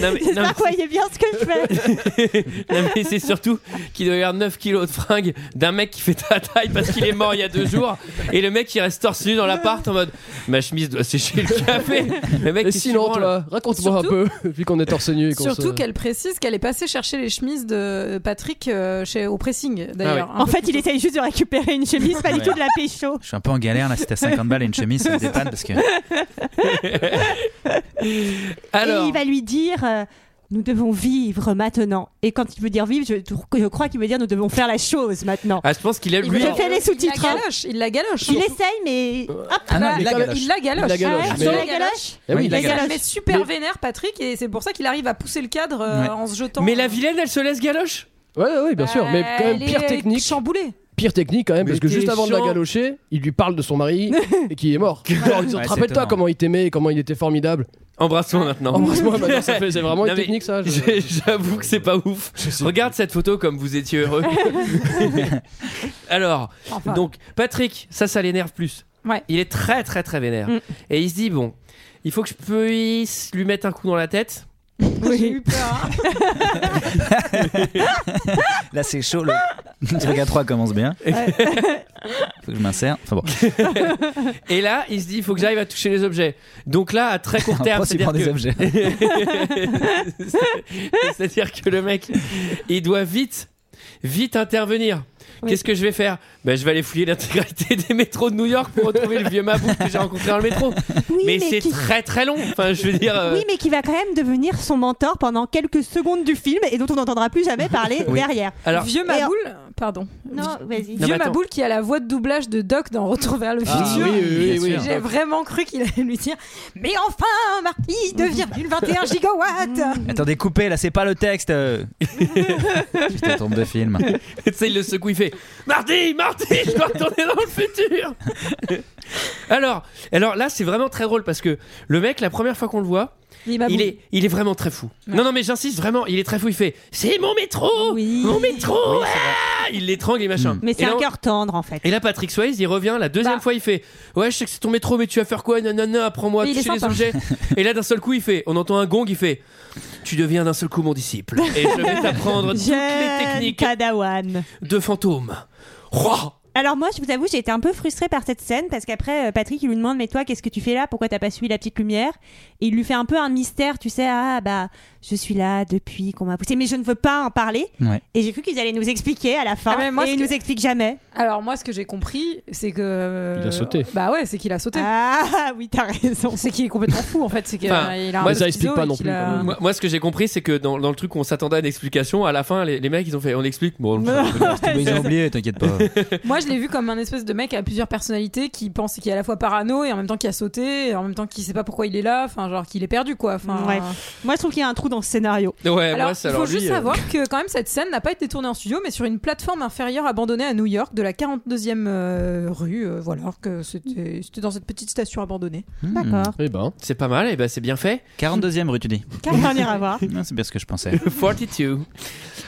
A: Non, mais- non,
F: J'espère que vous voyez bien ce que je fais.
A: Non, mais c'est surtout qu'il doit y avoir 9 kilos de fringues d'un mec qui fait ta taille parce qu'il est mort il y a deux jours et le mec il reste torse nu dans l'appart en mode ma chemise doit sécher le café le mec
G: Et
A: qui
G: sinon,
A: se branle.
G: toi, raconte-moi un peu, vu qu'on est torse nu et qu'on
K: Surtout
G: se-
K: qu'elle précise qu'elle est passée chercher les chemises de Patrick euh, chez, au pressing, d'ailleurs. hein.
F: En fait, il essaye juste de récupérer une chemise, pas du
H: Ouais.
F: tout de la pécho.
H: Je suis un peu en galère là, si t'as 50 balles et une chemise, ça me dépanne parce que.
A: Alors.
F: Et il va lui dire. euh, nous devons vivre maintenant. Et quand il veut dire vivre, je, je crois qu'il veut dire nous devons faire la chose maintenant.
A: ah je pense qu'il a
F: Il
A: lui
F: fait les sous-titres.
K: Il la galoche, hein. il la galoche.
F: Il essaye, mais.
A: Euh,
F: Hop,
H: Ah non, il la
K: Bah,
H: galoche.
K: il la galoche.
H: Il la galoche,
K: Ah ouais,
H: mais-
K: sur la galoche.
H: Eh oui, il la
K: Mais ça
H: galoche.
K: le met super
H: Mais-
K: vénère, Patrick, et c'est pour ça qu'il arrive à pousser le cadre euh,
G: Ouais.
K: en se jetant.
A: mais la vilaine elle se laisse galoche
G: Ouais, ouais, ouais, bien sûr, mais quand même
K: Elle
G: pire
K: est
G: technique.
K: Chamboulée.
G: Pire technique quand même,
A: Mais
G: parce que
A: t'es
G: juste avant de la
A: chiant.
G: galocher, il lui parle de son mari et qui est mort. Genre, il dit,
A: Ouais, c'est
G: Rappelle-toi
A: étonnant.
G: comment il t'aimait et comment il était formidable.
A: embrasse-moi maintenant
G: Embrasse-moi, bah non, ça fait- c'est vraiment une
A: Non, mais
G: technique, ça, je-
A: j'ai- j'avoue que c'est pas ouf regarde cette photo comme vous étiez heureux alors
K: Enfin.
A: donc Patrick ça ça l'énerve plus
K: Ouais.
A: il est très très très vénère
K: Mm.
A: et il se dit bon il faut que je puisse lui mettre un coup dans la tête
K: J'ai eu peur. hein.
H: Là, c'est chaud. Le... Draga 3 commence bien. Faut que je m'insère. Enfin bon.
A: Et là, il se dit, il faut que j'arrive à toucher les objets. Donc là, à très court terme,
H: Après, tu prends
A: c'est-à-dire que...
H: des objets.
A: C'est- c'est-à-dire que le mec, il doit vite, vite intervenir. Qu'est-ce que je vais faire ben, Je vais aller fouiller l'intégralité des métros de New York pour retrouver le vieux mabou que j'ai rencontré dans le métro. mais
F: mais
A: c'est
F: qui-
A: très très long. Enfin, je veux dire... euh,
F: Oui, mais qui va quand même devenir son mentor pendant quelques secondes du film et dont on n'entendra plus jamais parler
A: Oui.
F: derrière.
A: Alors-
K: Vieux
F: Et-
K: Maboul, pardon.
F: Non, vas-y.
A: Non, mais
K: Vieux
A: attends.
K: Maboul qui a la voix de doublage de Doc dans Retour vers le
G: Ah,
K: futur.
G: oui, oui, oui, oui.
K: J'ai vraiment cru qu'il allait lui dire Mais enfin, Marty, 2,21 gigawatts
H: Attendez, coupez là, c'est pas le texte. euh. Putain, tombe de film.
A: tu sais, il le secoue, il fait Mardi, Mardi, je dois retourner dans le futur. alors, alors là, c'est vraiment très drôle parce que le mec, la première fois qu'on le voit,
K: Il est
A: il,
K: baboule.
A: est, il est vraiment très fou. Non, non, mais j'insiste vraiment, il est très fou. Il fait C'est mon métro Mon métro ah Il l'étrangle et machin.
F: Mais
A: Et
F: c'est
A: là,
F: un
A: on-
F: cœur tendre en fait.
A: Et là, Patrick Swayze, il revient la deuxième
K: Bah.
A: fois, il fait Ouais, je sais que c'est ton métro, mais tu vas faire quoi Nanana, apprends-moi,
K: Mais il est
A: toucher les
K: sympa.
A: objets. et là, d'un seul coup, il fait On entend un gong, il fait Tu deviens d'un seul coup mon disciple. Et je vais t'apprendre toutes les
F: Jeune
A: techniques
F: Padawan.
A: de fantôme. Roi
F: Alors moi, je vous avoue, j'ai été un peu frustrée par cette scène parce qu'après, euh, Patrick, il lui demande, mais toi, qu'est-ce que tu fais là Pourquoi t'as pas suivi la petite lumière Et il lui fait un peu un mystère, tu sais, ah bah, je suis là depuis qu'on m'a poussé, mais je ne veux pas en parler.
H: Ouais.
F: Et j'ai cru qu'ils allaient nous expliquer à la fin,
K: Ah, mais moi,
F: et
K: ce
F: ils
K: que-
F: nous expliquent jamais.
K: Alors, moi, ce que j'ai compris, c'est que.
G: Il a sauté.
K: Bah ouais, c'est qu'il a sauté.
F: Ah oui, t'as raison.
K: C'est qu'il est complètement fou en fait. C'est qu'il
A: Enfin,
K: a, il a un
A: moi,
K: peu
A: ça
K: schizo
G: explique pas
K: et
G: non
K: qu'il
G: plus,
K: a-
G: quand même.
A: Moi, moi, ce que j'ai compris, c'est que dans, dans le truc, on s'attendait à une explication. À la fin, les, les mecs, ils ont fait, on explique. Bon,
H: Mais ils ont oublié, t'inquiète pas.
K: Moi, je l'ai vu comme un espèce de mec à plusieurs personnalités qui pense qu'il est à la fois parano et en même temps qui a sauté et en même temps qui sait pas pourquoi il est là, enfin genre qu'il est perdu quoi. Enfin,
F: Ouais. Moi, je trouve qu'il y a un trou dans ce scénario.
A: ouais,
K: alors,
A: moi, ça
K: il faut
A: leur
K: juste
A: dit, euh,
K: savoir que quand même cette scène n'a pas été tournée en studio, mais sur une plateforme inférieure abandonnée à New York de la 42e euh, rue. euh, voilà, que c'était c'était dans cette petite station abandonnée.
A: Hmm.
F: D'accord.
G: Eh ben,
A: C'est pas mal, et ben c'est bien fait.
H: 42 e rue, tu dis.
F: Car on ira voir.
H: Non, c'est bien ce que je pensais.
A: 42.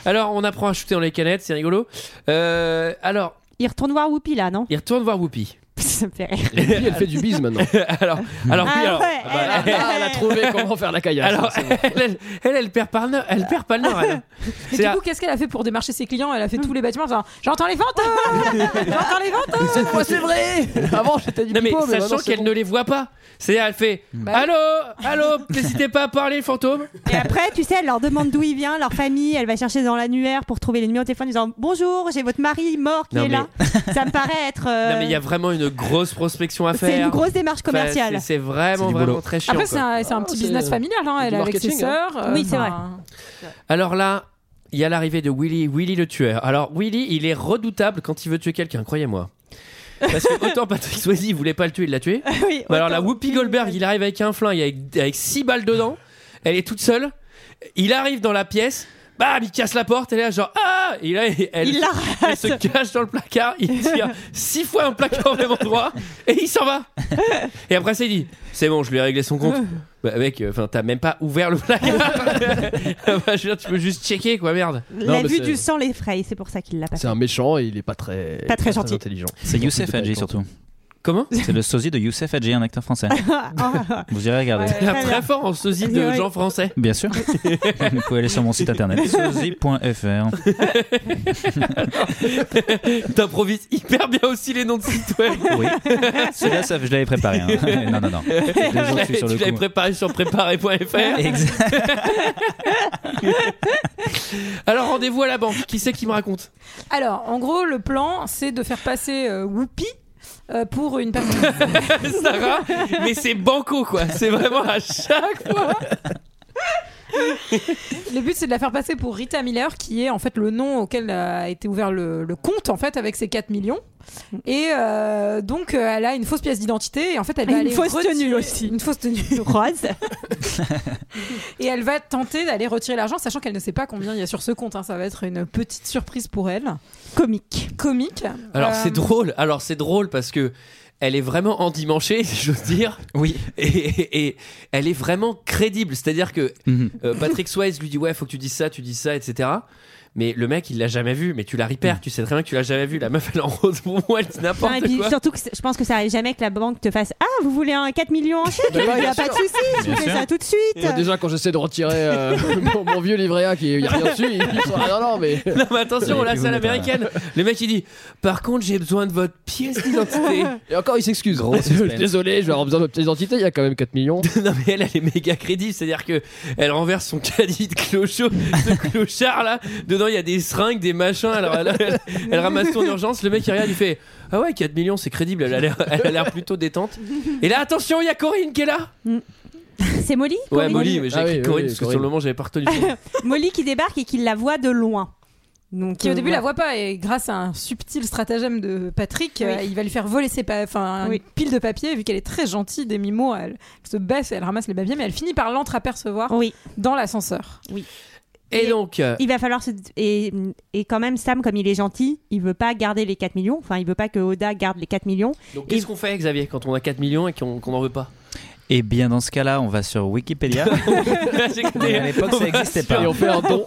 A: Alors, on apprend à shooter dans les canettes, c'est rigolo. Euh, alors,
F: Il retourne voir Whoopi là, non
A: il retourne voir Whoopi.
F: Ça me fait rire.
G: et puis elle fait du bise maintenant.
A: alors, alors, oui,
F: Ah
A: alors,
F: ouais,
A: bah,
F: elle-
G: Ah, elle a trouvé comment faire la caillasse.
A: alors,
G: c'est bon.
A: elle, elle, elle, elle perd pas le nord. Elle perd pas le nord. elle.
K: Et
A: C'est
K: du
A: à-
K: coup, qu'est-ce qu'elle a fait pour démarcher ses clients Elle a fait tous les bâtiments. genre, J'entends les fantômes J'entends les hein fantômes
G: Cette fois, c'est vrai Avant, j'étais du
A: Non, mais
G: pipeau, mais
A: sachant
G: maintenant, c'est
A: qu'elle
G: bon.
A: ne les voit pas. C'est-à-dire, elle fait
F: Bah
A: Allô, allô, n'hésitez pas à parler, le fantôme.
F: Et après, tu sais, elle leur demande d'où il vient, leur famille, elle va chercher dans l'annuaire pour trouver les numéros de téléphone en disant Bonjour, j'ai votre mari mort qui
A: Non,
F: est
A: mais-
F: là. Ça me paraît être. euh,
A: Non, mais il y a vraiment une grosse prospection à faire.
F: C'est une grosse démarche
A: Enfin,
F: commerciale.
A: c'est- c'est vraiment,
H: C'est du
A: vraiment
H: boulot.
A: très chiant.
K: Après,
A: quoi.
K: c'est un, c'est un petit
G: c'est-
K: business familial. hein,
G: c'est
K: Elle
G: du
K: est avec ses
G: marketing, hein.
K: sœurs. euh,
F: Oui, c'est
K: enfin,
A: Alors là, il y a l'arrivée de Willy, Willy le tueur. Alors Willy, il est redoutable quand il veut tuer quelqu'un, croyez-moi. Parce que autant Patrick Swayze, il voulait pas le tuer, il l'a tué.
F: Oui,
A: Mais Bah, alors
F: autant-
A: là, Whoopi Goldberg, il arrive avec un flingue, avec, avec six balles dedans. Elle est toute seule. Il arrive dans la pièce. Bam, il casse la porte, elle est là genre ah Et là, elle,
F: Il la
A: elle se cache dans le placard, il tire six fois un placard au même endroit et il s'en va. Et après, c'est dit. C'est bon, je lui ai réglé son compte. Bah, mec, enfin, t'as même pas ouvert le placard. Bah, je veux dire, tu peux juste checker, quoi, merde.
F: La vue du sang l'effraie, c'est pour ça qu'il l'a pas
G: C'est un méchant et il est pas très,
F: Pas très gentil.
G: intelligent.
H: C'est
G: Il est
H: Youssef
G: pas
H: Hadji
G: gentil.
H: surtout.
A: Comment
H: C'est le sosie de Youssef Hadji, un acteur français.
F: Oh, fait.
H: Vous irez regarder.
A: Il a très fort en sosie de
F: Ouais.
A: gens français.
H: Bien sûr. Vous pouvez aller sur mon site internet sosie.fr.
A: T'improvises hyper bien aussi les noms de sites web.
H: Oui. Celui-là, ça, je l'avais préparé. hein. Non, non, non. Déjà, je suis sur le
A: tu l'avais
H: coup.
A: préparé sur préparé.fr. Alors rendez-vous à la banque. Qui c'est qui me raconte
K: Alors, en gros, le plan, c'est de faire passer euh, Whoopi euh, pour une personne.
A: Sarah Mais c'est banco quoi. C'est vraiment à chaque fois.
K: le but, c'est de la faire passer pour Rita Miller, qui est en fait le nom auquel a été ouvert le, le compte, en fait, avec ses 4 millions. Et euh, donc, euh, elle a une fausse pièce d'identité. Et en fait, elle
F: Et
K: va
F: une
K: aller
F: fausse
K: retirer-
F: tenue aussi.
K: Une fausse tenue
F: rose.
K: et elle va tenter d'aller retirer l'argent, sachant qu'elle ne sait pas combien il y a sur ce compte. hein. Ça va être une petite surprise pour elle.
F: Comique.
K: Comique.
A: Alors
K: Euh,
A: c'est drôle. Alors c'est drôle parce que elle est vraiment endimanchée, si j'ose dire.
H: Oui.
A: Et, et- et elle est vraiment crédible. C'est-à-dire que
H: Mhm.
A: euh, Patrick Swayze lui dit ouais, faut que tu dises ça, tu dis ça, etc. Mais le mec, il l'a jamais vu. Mais tu la repères. Tu sais très bien que tu l'as jamais vu. La meuf, elle est en rose pour moi, elle dit
F: Non,
A: n'importe
F: et puis
A: quoi.
F: surtout que c'est- je pense que ça arrive jamais que la banque te fasse Ah, vous voulez un 4 millions en chèque
G: Bah oui,
F: Il n'y
G: bien
F: a pas de
G: sûr.
F: souci, je vous
G: Bien
F: fais
G: sûr.
F: ça tout de suite.
G: Moi, déjà, quand j'essaie de retirer euh, mon, mon vieux livret A qui y a rien dessus, ils ils sont ah, non, non, mais.
A: Non mais attention,
G: Et
A: là
G: puis
A: c'est à
G: vous mettez un-
A: l'américaine. Le mec il dit Par contre j'ai besoin de votre pièce d'identité.
G: Et encore, il s'excuse. Désolé, je vais avoir besoin de ma petite identité, il y a quand même 4 millions.
A: non mais elle elle est méga crédible, c'est-à-dire que elle renverse son caddie de clochot, de clochard là. Dedans il y a des seringues, des machins. Alors elle, elle- elle ramasse son urgence. Le mec il regarde, il fait Ah ouais 4 millions c'est crédible. Elle a l'air, elle a l'air plutôt détente. Et là attention il y a Corinne qui est là.
F: C'est Molly
A: Ouais
F: Corinne
A: Molly, mais j'ai
G: Ah
A: écrit
G: oui, oui,
A: Corinne
G: oui,
A: parce que
G: Corinne.
A: sur le moment j'avais pas retenu. son nom.
F: Molly qui débarque et qui la voit de loin. Donc,
K: qui au
F: euh,
K: début
F: voilà.
K: la voit pas et grâce à un subtil stratagème de Patrick,
F: Oui.
K: euh, il va lui faire voler ses pa- enfin
F: Oui.
K: une pile de papier vu qu'elle est très gentille des mimos, elle, elle se baisse, elle ramasse les papiers mais elle finit par l'entreapercevoir
F: Oui.
K: dans l'ascenseur.
A: Et donc euh,
F: Il va falloir se. Et, et quand même, Sam, comme il est gentil, il veut pas garder les 4 millions. Enfin, il veut pas que Oda garde les 4 millions.
A: donc qu'est-ce qu'on fait Xavier quand on a 4 millions et qu'on, qu'on en veut pas
H: Et Eh bien dans ce cas-là, on va sur Wikipédia.
A: J'ai écouté,
H: Et à l'époque,
A: on va
H: ça n'existait
G: Et
H: pas.
G: on fait un don.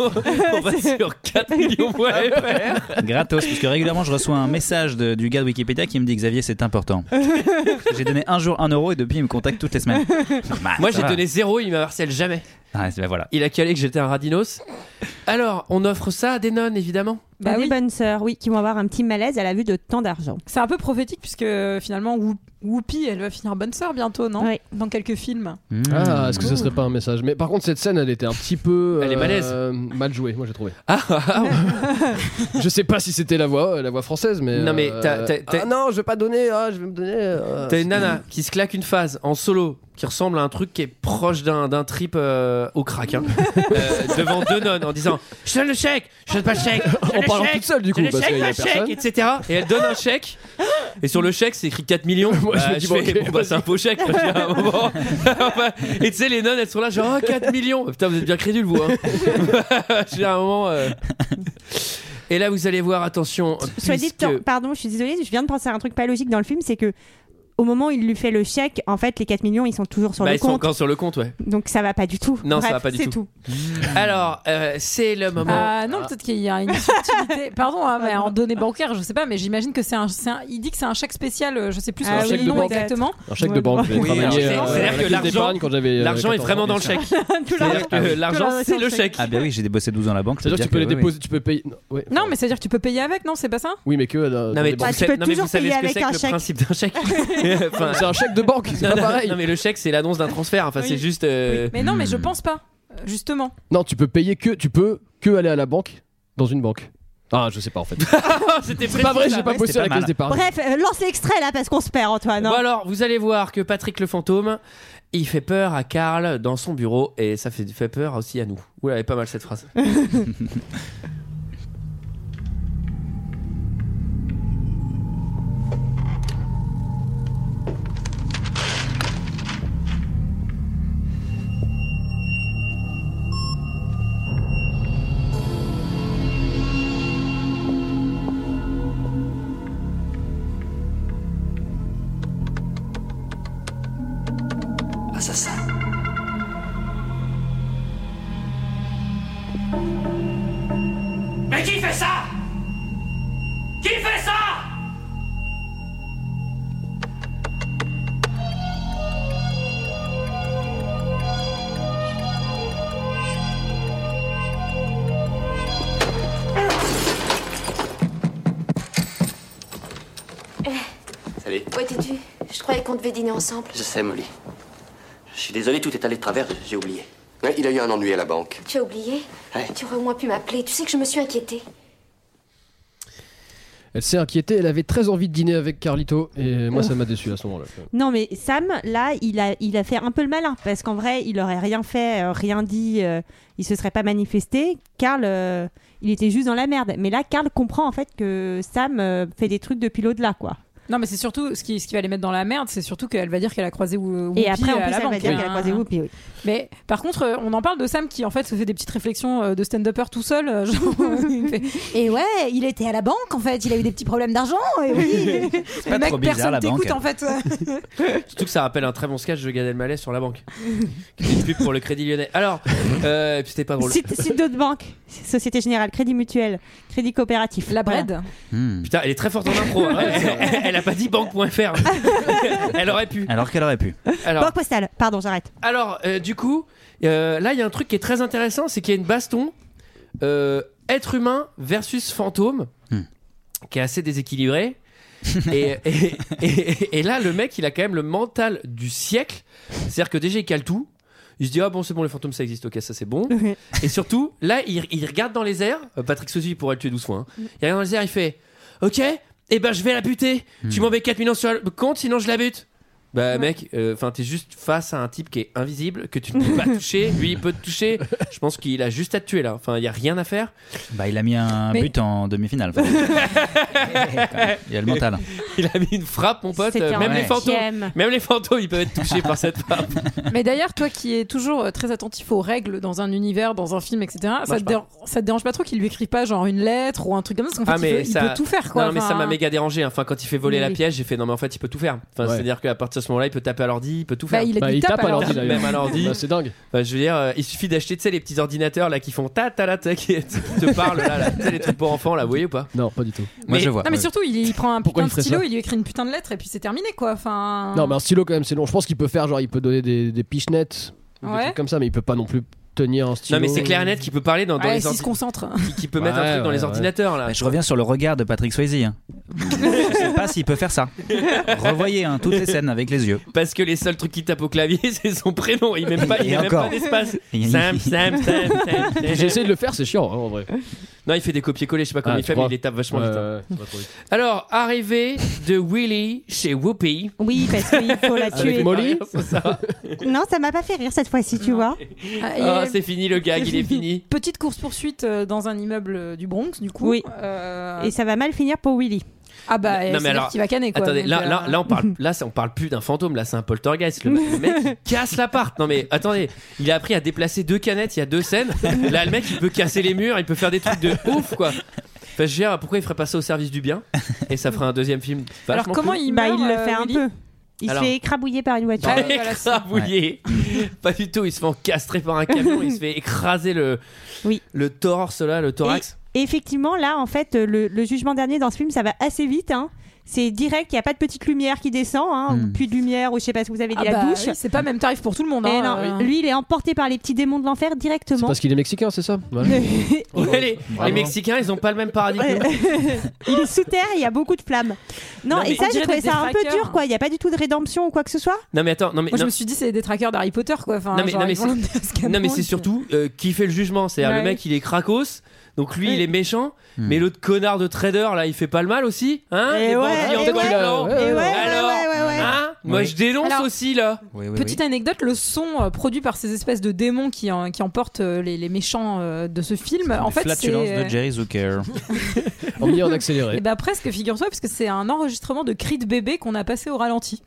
A: on va sur 4 millions.fr.
H: Gratos, parce que régulièrement, je reçois un message de- du gars de Wikipédia qui me dit Xavier, c'est important. J'ai donné un jour un euro et depuis, il me contacte toutes les semaines. Bah,
A: Moi
H: ça
A: j'ai
H: va.
A: donné zéro, il m'a marcel jamais.
H: Ah, c'est- bah, voilà.
A: Il a calé que j'étais un radinos. Alors, on offre ça à des nonnes, évidemment.
K: Bah
F: Bah,
K: oui.
F: Des bonnes sœurs, oui, qui vont avoir un petit malaise à la vue de tant d'argent.
K: C'est un peu prophétique puisque euh, finalement Whoop- Whoopi elle va finir bonne sœur bientôt non
F: Oui.
K: Dans quelques films.
H: Mmh.
G: Ah, est-ce que ce serait pas un message Mais par contre, cette scène, elle était un petit peu.
A: Elle est malaise.
G: euh, mal jouée, moi j'ai trouvé.
A: Ah, ah, ah, ouais.
G: Je sais pas si c'était la voix, euh, la voix française, mais.
A: Non, mais
G: euh,
A: t'as- t'as- t'as-
G: Ah non, je vais pas donner. Ah, je vais me donner. euh,
A: t'as une nana qui se claque une phase en solo qui ressemble à un truc qui est proche d'un d'un trip euh, au crack, hein. Euh, devant deux nonnes en disant Je donne le chèque, je donne pas le chèque. je donne
G: En
A: le
G: parlant
A: chèque,
G: toute seule, du
A: je donne
G: coup, parce
A: le
G: qu'il bah, y a
A: chèque, pas le chèque,
G: personne.
A: etc. Et elle donne un chèque. Et sur le chèque, c'est écrit 4 millions.
G: Moi, je
A: Bah,
G: me dis,
A: fais,
G: bon, ok,
A: bon, bah, c'est un faux chèque. parce qu'il y a un moment. Et tu sais, les nonnes, elles sont là, genre, oh, 4 millions. Putain, vous êtes bien crédules, vous. Hein. J'ai un moment. euh. Et là, vous allez voir, attention.
F: Soit dit,
A: puisque-
F: tant- pardon, je suis désolée, je viens de penser à un truc pas logique dans le film, c'est que au moment où il lui fait le chèque, en fait, les 4 millions, ils sont toujours sur
A: Bah,
F: le
A: ils sont
F: compte.
A: encore sur le compte, ouais.
F: Donc ça va pas du tout.
A: Non, ça
F: Bref,
A: va pas du
F: c'est
A: tout. Alors, euh, c'est le moment.
K: Ah non peut-être qu'il y a une subtilité. Pardon hein, mais en données bancaires je sais pas mais j'imagine que c'est un, c'est un- il dit que c'est un chèque spécial euh, je sais plus
F: Ah
K: son
G: oui,
K: nom
G: exact.
K: exactement.
G: Un chèque de banque, j'ai
A: Oui,
G: travaillé.
A: alors,
G: euh,
A: c'est-à-dire
G: à la
A: que
G: caisse
A: l'argent-
G: d'épargne quand j'avais, euh,
A: L'argent est
G: 14 ans,
A: vraiment dans
G: bien
A: le
G: sûr.
A: chèque.
F: Tout l'argent-
A: C'est-à-dire que l'argent,
F: l'argent
A: c'est
F: sur
A: le
F: le chèque.
A: chèque.
H: Ah, bah oui, j'ai débossé 12 ans à la banque. je peux
G: C'est-à-dire que
H: dire
G: tu peux
H: que
G: les
H: oui, oui.
G: déposer, tu peux payer. ouais.
K: Non mais c'est à dire tu peux payer avec non c'est pas ça
G: Oui, mais que. euh, dans
A: Non, mais
G: des
A: vous
G: banques.
F: Ah, tu
A: savez-
F: peux
A: non, mais
F: toujours
A: vous savez
F: payer
A: ce que
F: avec
A: c'est
F: un
A: que le
F: chèque.
A: principe d'un chèque. Enfin,
G: C'est un chèque de banque, c'est pas
A: non, non,
G: pareil.
A: non, mais le chèque, c'est l'annonce d'un transfert. Enfin,
K: Oui.
A: c'est juste. euh,
K: Mais non mais je pense pas euh, justement.
G: Non, tu peux payer que tu peux que aller à la banque dans une banque. Ah, je sais pas en fait.
A: Ah, C'était
G: C'est pas vrai, j'ai
A: ça.
G: pas
H: Ouais,
G: bossé
H: c'était
G: à la
H: pas
G: caisse
H: mal.
G: d'épargne.
F: Bref, euh, lance l'extrait là parce qu'on se perd, Antoine. hein.
A: Bon alors, vous allez voir que Patrick le fantôme, il fait peur à Karl dans son bureau et ça fait, fait peur aussi à nous. Vous l'avez pas mal cette phrase.
L: place.
B: Mais qui fait ça Qui fait ça
D: Salut.
M: Où étais-tu Je croyais qu'on devait dîner ensemble.
D: Je sais, Molly. Je suis désolé, tout est allé de travers, j'ai oublié. Ouais, il a eu un ennui à la banque.
M: Tu as oublié
D: Ouais.
M: Tu aurais au moins pu m'appeler. Tu sais que je me suis inquiétée.
G: Elle s'est inquiétée, elle avait très envie de dîner avec Carlito, et moi ça m'a déçu à ce moment-là.
F: Non, mais Sam, là, il a, il a fait un peu le malin. Parce qu'en vrai, il aurait rien fait, euh, rien dit, euh, il se serait pas manifesté. Carl, euh, il était juste dans la merde. Mais là, Carl comprend en fait que Sam euh, fait des trucs depuis l'au-delà, quoi.
K: Non, mais c'est surtout ce qui, ce qui va les mettre dans la merde, c'est surtout qu'elle va dire qu'elle a croisé Whoo- Whoopi.
F: Et après, en
K: à
F: plus,
K: la
F: elle va
K: banque. Ah.
F: dire qu'elle a croisé Whoopi, oui.
K: Mais par contre, euh, on en parle de Sam qui en fait se fait des petites réflexions euh, de stand-upper tout seul. euh, genre, il fait, et ouais, il était à la banque en fait, il a eu des petits problèmes d'argent. Et oui,
A: C'est
K: Le
A: pas
K: mec,
A: trop bizarre,
K: personne
A: la
K: t'écoute hein.
A: banque.
K: en fait.
A: Surtout que ça rappelle un très bon sketch de Gad Elmaleh sur la banque. Qui fait une pub pour le Crédit Lyonnais. Alors, euh, et puis c'était pas drôle.
F: Site, site d'autres banques Société Générale, Crédit Mutuel, Crédit Coopératif. La
K: Bred.
H: Hmm.
A: Putain, elle est très forte en impro. hein. Elle- elle a pas dit banque.fr. elle aurait pu.
H: Alors qu'elle aurait pu.
A: Alors,
F: Banque Postale, pardon, j'arrête.
A: alors euh, du coup, euh, là, il y a un truc qui est très intéressant c'est qu'il y a une baston euh, être humain versus fantôme qui est assez déséquilibrée. et, et- et- et là, le mec, il a quand même le mental du siècle. C'est-à-dire que déjà, il cale tout. Il se dit, ah bon, c'est bon, les fantômes, ça existe, ok, ça c'est bon. et surtout, là, il, il regarde dans les airs. Euh, Patrick Sosi il pourrait le tuer doucement. hein. Il regarde dans les airs, il fait, ok, eh ben je vais la buter. Tu m'en mets 4 millions sur le compte, sinon je la bute. Bah mec, enfin t'es juste face à un type qui est invisible, que tu ne peux pas toucher, lui il peut te toucher. Je pense qu'il a juste à te tuer là. Enfin il y a rien à faire.
H: Bah, il a mis un
A: Mais-
H: but en demi-finale. enfin. il a le mental.
A: Il a mis une frappe, mon pote.
H: C'était
A: Euh, Même
H: un
A: les fantômes,
K: huitième.
A: même les fantômes, ils peuvent être touchés par cette frappe.
K: Mais d'ailleurs, toi qui es toujours euh, très attentif aux règles dans un univers, dans un film, etc., ça
A: Marche
K: te,
A: pas.
K: dérange, ça te dérange pas trop qu'il lui écrive pas genre une lettre ou un truc comme ça Parce qu'en fait, il, peut, il peut tout faire quoi.
A: Non, mais Ah, ça
K: Enfin,
A: m'a méga dérangé. hein. Enfin, quand il fait voler
K: Mais
A: la
K: oui.
A: pièce, j'ai fait non, mais en fait, il peut tout faire. Enfin,
G: Ouais.
A: c'est-à-dire qu'à partir de ce moment-là, il peut taper à l'ordi, il peut tout
K: Bah,
A: faire.
K: il a Bah, dit il tape tape à à l'ordi, l'ordi,
A: même à
G: d'ailleurs.
A: l'ordi.
G: Bah, c'est dingue.
A: Enfin, je veux dire, euh, il suffit d'acheter, tu sais, les petits ordinateurs là qui font ta ta la ta qui te parlent là, là. Tu sais, les trucs pour enfants là, vous voyez ou pas
G: Non, pas du tout.
A: Moi, je vois.
K: Non, mais surtout, il, il prend un
G: Pourquoi il
K: putain de
G: ferait
K: stylo,
G: ça
K: il lui écrit une putain de lettre et puis c'est terminé quoi. Enfin.
G: Non, mais un stylo quand même, c'est long. Je pense qu'il peut faire, genre, il peut donner des, des pichenettes, ou des
K: Ouais.
G: trucs comme ça, mais il peut pas non plus tenir un stylo.
A: Non, mais c'est clair et net qu'il peut parler dans, dans
K: Ouais,
A: les
K: Ah, s'il se
A: ordinateurs.
K: concentre.
A: Qui peut mettre un truc dans les ordinateurs là.
H: Bah, je reviens sur le regard de Patrick Swayze. hein. je sais pas s'il peut faire ça. Revoyez hein, toutes les scènes avec les yeux.
A: Parce que les seuls trucs qu'il tape au clavier, c'est son prénom. Il met pas, il
H: Et
A: met même
H: encore.
A: pas d'espace.
H: Et-
A: Sam, Sam, Sam, Sam, Sam.
G: J'ai essayé de le faire, c'est chiant, hein, en vrai.
A: Non, il fait des copier-coller, je sais pas comment
G: Ah,
A: il
G: tu
A: fait, mais
G: crois
A: il les tape vachement
G: Ouais,
A: vite. hein.
G: ouais, ça va trop vite.
A: Alors, arrivée de Willy chez Whoopi.
F: Oui, parce qu'il faut la tuer.
A: Molly ça.
F: Non, ça m'a pas fait rire cette fois-ci, tu vois.
K: Ah,
A: Ah,
K: et-
A: c'est fini le gag, il est fini.
K: Petite course-poursuite euh, dans un immeuble euh, du Bronx, du coup.
F: Oui.
K: Euh,
F: Et ça va mal finir pour Willy.
K: Ah bah,
A: Non, mais alors,
K: qui va canner quoi.
A: Attendez,
K: Donc,
A: là,
K: euh,
A: là, là, on parle, là, c'est- on parle plus d'un fantôme, là, c'est un poltergeist. Le, le mec, il casse l'appart. Non, mais attendez, il a appris à déplacer deux canettes il y a deux scènes. Là, le mec, il peut casser les murs, il peut faire des trucs de ouf, quoi. Enfin, je veux dire, pourquoi il ferait pas ça au service du bien Et ça ferait un deuxième film. vachement cool.
F: Bah, il
K: euh,
F: le fait un peu. Il
A: Alors.
F: se fait écrabouiller par une voiture.
A: écrabouillé. Pas du tout, il se fait encastrer par un camion, il se fait écraser le, le torse, là, le thorax.
F: Et effectivement, là, en fait, le, le jugement dernier dans ce film, ça va assez vite. hein. C'est direct, il n'y a pas de petite lumière qui descend, hein,
K: Hmm.
F: ou plus de lumière, ou je sais pas ce que vous avez dit,
K: Ah
F: la
K: bah
F: douche.
K: oui, c'est pas même tarif pour tout le monde.
F: Et
K: hein,
F: non,
K: euh.
F: lui, il est emporté par les petits démons de l'enfer directement.
G: Parce qu'il est mexicain, c'est ça Ouais.
A: Ouais, les, les Mexicains, ils ont pas le même paradigme.
F: il est sous terre, il y a beaucoup de flammes. Non,
A: Non, mais
F: et ça,
A: on
F: j'ai
A: dirait
F: trouvé
A: des
F: ça un peu
A: détraqueurs.
F: dur, quoi. Il n'y a pas du tout de rédemption ou quoi que ce soit.
A: Non, mais attends, non, mais.
K: Moi, je
A: non.
K: me suis dit, c'est des traqueurs d'Harry Potter, quoi. Enfin,
A: Non, mais-
K: genre,
A: non, mais
K: ils vont
A: c'est-
K: l'emmener à Azkaban,
A: Non, mais
K: puis-
A: c'est surtout euh, qui fait le jugement. C'est-à-dire,
K: Ouais.
A: le mec, il est cracos. Donc lui,
K: Oui.
A: il est méchant, mais l'autre connard de trader là, il fait pas le mal aussi, hein
K: Eh
A: Les
K: ouais,
A: bandits en
K: eh
A: col
K: ouais,
A: blanc.
K: eh ouais, ouais,
A: Alors,
K: ouais, ouais, ouais.
A: hein Moi,
K: Oui.
A: je dénonce
K: Alors,
A: aussi là.
K: Petite anecdote, le son euh, produit par ces espèces de démons qui, en- qui emportent euh, les, les méchants euh, de ce film, en fait, c'est euh,
H: Flatulence de Jerry Zucker.
G: En mis en
K: Et
G: accéléré.
K: ben, bah presque, figure-toi, parce que c'est un enregistrement de cris de bébé qu'on a passé au ralenti.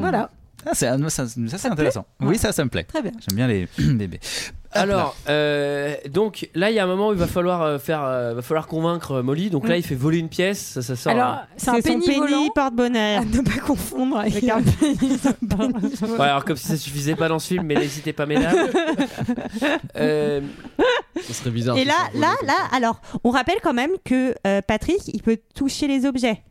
K: Voilà.
H: Ah, c'est- ah, moi, ça, ça, c'est intéressant.
A: plaît
H: Oui, ça, ça me plaît.
K: Très bien.
H: J'aime bien les bébés.
A: Alors, euh, donc là, il y a un moment où il va falloir euh, faire, euh, va falloir convaincre euh, Molly. Donc là,
F: Mm.
A: il fait voler une pièce, ça, ça sort.
K: Hmm.
A: hein.
K: Alors,
A: là.
K: hein. c'est un
F: son
K: pénis volant.
F: porte-bonheur.
K: À ne pas confondre avec un pénis volant.
A: Ouais, alors comme si ça suffisait pas dans ce film, mais n'hésitez pas, mesdames. Euh,
G: Ça serait bizarre.
F: Et là, là, là, alors, on rappelle quand même que euh, Patrick, il peut toucher les objets.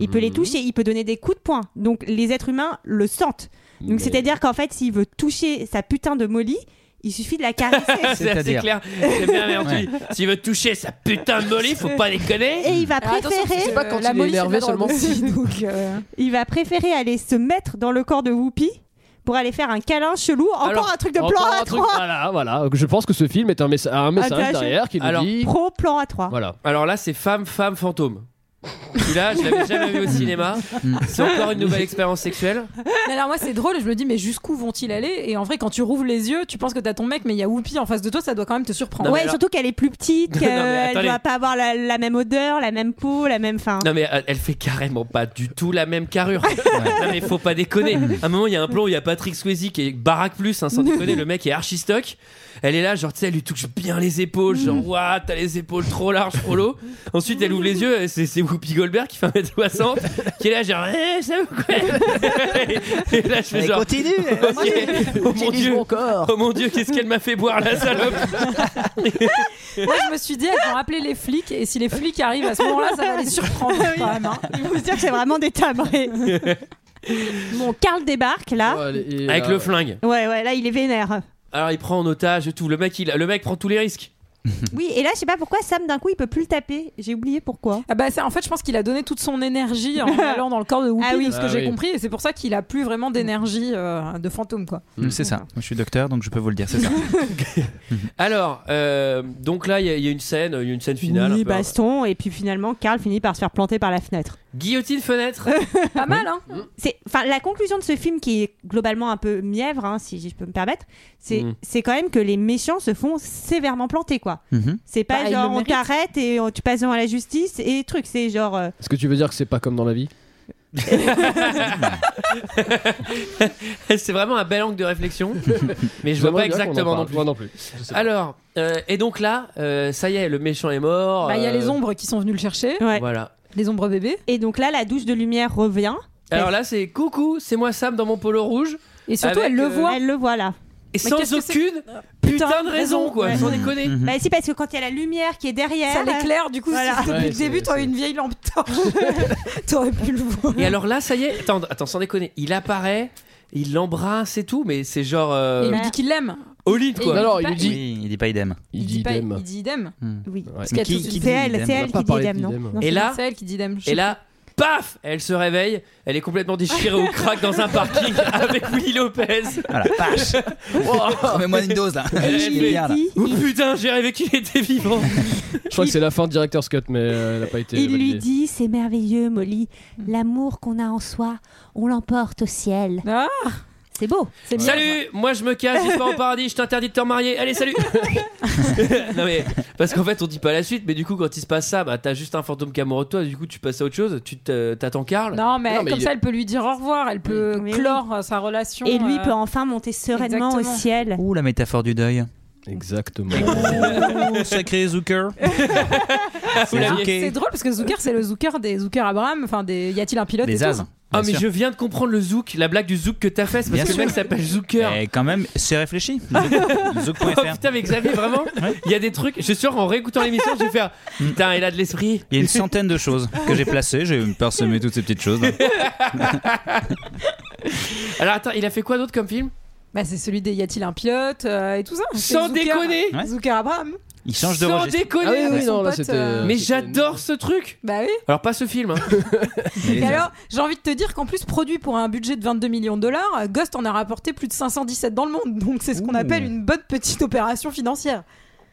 F: Il peut les
A: Mhm.
F: toucher, il peut donner des coups de poing. Donc les êtres humains le sentent. Donc
A: Mais-
F: c'est-à-dire qu'en fait, s'il veut toucher sa putain de Molly, il suffit de la caresser.
A: c'est assez clair. C'est bien bien dit. S'il veut toucher sa putain de Molly, faut pas déconner.
F: Et il va
K: Alors, attention,
F: préférer.
K: c'est pas quand Euh, la il est Molly, c'est énervé pas drôle seulement. aussi, donc, euh.
F: Il va préférer aller se mettre dans le corps de Whoopi pour aller faire un câlin chelou. Encore
G: Alors,
F: un truc de
G: encore
F: plan
G: un
F: à
G: truc,
F: trois.
G: Voilà, voilà. Je pense que ce film est un, messa- a un message
F: Attaché.
G: derrière qui nous
A: Alors,
G: dit.
F: Pro plan à 3.
G: Voilà.
A: Alors là, c'est femme, femme, fantôme. Celui-là, je l'avais jamais vu au cinéma. C'est encore une nouvelle expérience sexuelle.
K: Mais alors moi c'est drôle, je me dis mais jusqu'où vont-ils aller Et en vrai quand tu rouvres les yeux, tu penses que t'as ton mec mais il y a Whoopi en face de toi, ça doit quand même te surprendre.
A: Non, mais
F: ouais,
A: alors-
F: surtout qu'elle est plus petite,
A: Non, mais
F: qu'elle
A: attendez.
F: doit pas avoir la, la même odeur, la même peau, la même fin.
A: Non mais euh, elle fait carrément pas du tout la même carrure. Non mais faut pas déconner. À un moment il y a un plan où il y a Patrick Swayze qui est baraque plus, hein, sans déconner, le mec est archi stock. Elle est là, genre tu sais, elle lui touche bien les
N: Mm.
A: épaules, genre waouh t'as les épaules trop larges, frollo. Ensuite elle ouvre les yeux, et c'est, c'est Whoopi Goldberg qui fait 1m60, qui est là genre eh, ça vous quoi et, là je fais
N: Mais
A: genre
N: continue,
A: Ok.
N: vas-y,
A: oh mon
N: utilise
A: dieu,
N: mon corps.
A: oh mon dieu qu'est-ce qu'elle m'a fait boire la salope.
K: Moi je me suis dit elles vont appeler les flics et si les flics arrivent à ce moment-là ça va les surprendre
F: Ah
K: quand même. hein.
F: Il faut se dire que c'est vraiment des timbrés. bon, Karl débarque là.
A: Avec le flingue.
F: Ouais, ouais, là il est vénère.
A: Alors il prend en otage et tout, le mec il, le mec prend tous les risques.
F: Oui, et là je sais pas pourquoi Sam d'un coup il peut plus le taper. J'ai oublié pourquoi.
K: Ah bah ça, en fait je pense qu'il a donné toute son énergie en allant dans le corps de Whoopi,
F: Ah oui.
K: de ce que
H: Ah
K: j'ai
H: oui.
K: compris et c'est pour ça qu'il a plus vraiment d'énergie euh, de fantôme quoi.
H: Mm, C'est ça. Moi, je suis docteur, donc je peux vous le dire, c'est ça.
A: Alors, euh, donc là, il y, a- il y a une scène, il y a une scène finale. un
F: oui,
A: peu.
K: bah,
F: baston, et puis finalement Karl finit par se faire planter par la fenêtre.
A: Guillotine fenêtre.
K: Pas mal, hein
F: C'est, enfin, la conclusion de ce film qui est globalement un peu mièvre, hein, si je peux me permettre, c'est,
A: Mm.
F: c'est quand même que les méchants se font sévèrement planter, quoi. C'est pas
K: Bah, il
F: genre
K: le
F: on
K: mérite.
F: t'arrête et on- tu passes devant la justice et truc, c'est genre. euh,
G: Est-ce que tu veux dire que c'est pas comme dans la vie
A: c'est vraiment un bel angle de réflexion, mais je vois pas
G: J'aimerais bien qu'on en
A: exactement
G: parle.
A: non plus.
G: Moi non plus.
A: Alors, euh, et donc là, euh, ça y est, le méchant est mort.
K: Bah il y a
A: euh,
K: les ombres qui sont venues le chercher,
F: Ouais.
A: Voilà.
K: les ombres bébés.
F: Et donc là, la douche de lumière revient.
A: Alors là, c'est coucou, c'est moi Sam dans mon polo rouge.
K: Et surtout, elle
A: euh,
K: le voit.
F: Elle le voit là.
A: Et sans
K: qu'est-ce que c'est
A: aucune putain, de raison, quoi.
F: ouais.
H: Hmm.
A: Sans déconner.
H: Mhm.
F: Bah si parce que quand il y a la lumière qui est derrière, euh,
K: Ça l'éclaire, du coup,
F: Voilà.
K: si depuis
A: Ouais,
K: le
A: c'est-
K: début, t'aurais une vieille lampe torche, t'aurais pu le voir.
A: Et alors là, ça y est, attends, attends, sans déconner, il apparaît, il l'embrasse et tout, mais c'est genre. euh,
K: Il lui dit qu'il l'aime.
A: all in,
K: Et
A: quoi.
K: il Alors, dit il pas- lui dit-
H: Oui, il dit pas idem.
K: Il dit pas, il dit idem.
F: Oui.
K: Parce qu'il y a tout-
F: c'est elle, c'est elle qui dit idem, non Non,
A: Et
F: c'est-
A: là,
K: C'est elle qui dit idem.
A: Et là, paf, elle se réveille, elle est complètement déchirée au crack dans un parking avec Willy Lopez.
H: Ah la vache
A: Wow.
H: Mets-moi une dose là.
A: Elle
H: Il
A: fait-
H: est bien, là.
A: Oh putain, j'ai rêvé qu'il était vivant.
G: Je crois que c'est la fin de Director's Cut, mais euh, elle a pas été.
F: Il lui
G: validée.
F: dit c'est merveilleux Molly, l'amour qu'on a en soi, on l'emporte au ciel.
K: Ah
F: C'est beau. C'est bien.
A: Salut, moi je me casse, j'espère au paradis, je t'interdis de te remarier. Allez, salut. non mais parce qu'en fait, on dit pas la suite, mais du coup, quand il se passe ça, bah t'as juste un fantôme qui est amoureux de toi, du coup, tu passes à autre chose, tu te- t'attends Karl.
K: Non, mais, comme
A: il-
K: ça, elle peut lui dire au revoir, elle peut
F: Oui.
K: clore euh, sa relation.
F: Et lui
K: euh,
F: peut enfin monter sereinement au
K: exactement.
F: ciel.
H: Ouh, la métaphore du deuil.
G: Exactement.
H: Ouh, sacré Zucker.
F: Ah,
A: vous l'aviez.
K: C'est drôle parce que Zucker, c'est le Zucker des Zucker Abraham. Enfin, des... y a-t-il un pilote et
H: Des
K: tout
H: as.
A: Ah mais je viens de comprendre le zouk, la blague du zouk que t'as fait, c'est parce
H: Bien
A: que
H: sûr.
A: le mec s'appelle
G: Eh
A: Zouker.
H: Et Eh, quand même, c'est réfléchi.
A: Oh
H: Zouk.fr.
A: putain mais Xavier vraiment Il y a des trucs Je suis sûr en réécoutant l'émission Je vais faire
H: Mm.
A: Putain il a de l'esprit
H: Il y a une centaine de choses que j'ai placées. J'ai parsemé toutes ces petites choses. là.
A: Alors attends il a fait quoi d'autre comme film
K: Bah, c'est celui des Y a-t-il un pilote euh, et tout ça. C'est
A: Sans
K: Zucker-
A: déconner
H: Ouais.
K: Zucker Abraham.
H: Il change de
A: Sans
H: registre.
A: déconner
G: Ah oui, oui,
K: Son
G: non, là
K: pote,
G: c'était.
K: euh,
A: Mais
G: c'était-
A: j'adore ce truc
K: Bah oui.
A: Alors pas ce film hein.
K: Et alors, j'ai envie de te dire qu'en plus, produit pour un budget de 22 millions de dollars, Ghost en a rapporté plus de 517 dans le monde. Donc, c'est ce qu'on
H: Ouh.
K: appelle une bonne petite opération financière.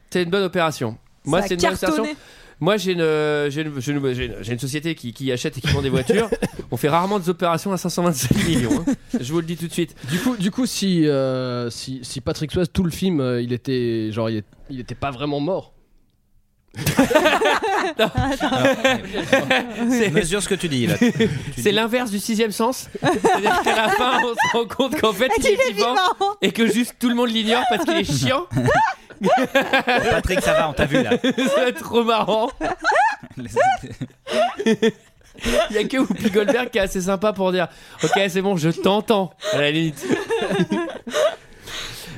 A: C'est une bonne opération Moi
K: Ça a
A: c'est une bonne
K: cartonné.
A: opération moi, j'ai une, euh, j'ai une, j'ai une- j'ai une- j'ai une société qui, qui achète et qui vend des voitures. On fait rarement des opérations à 525 millions. hein. Je vous le dis tout de suite.
G: Du coup, du coup, si euh, si, si Patrick Swayze tout le film, euh, il était genre il, est- il était pas vraiment mort.
A: C'est-
H: Mesure ce que tu dis là.
A: C'est l'inverse du sixième sens. C'est-à-dire qu'à la fin, on se rend compte qu'en fait, il est vivant et que juste tout le monde l'ignore parce qu'il est chiant.
H: Patrick, ça va, on t'a vu là.
A: C'est trop marrant. Il y a que Whoopi Goldberg qui est assez sympa pour dire Ok, c'est bon, je t'entends, à la limite.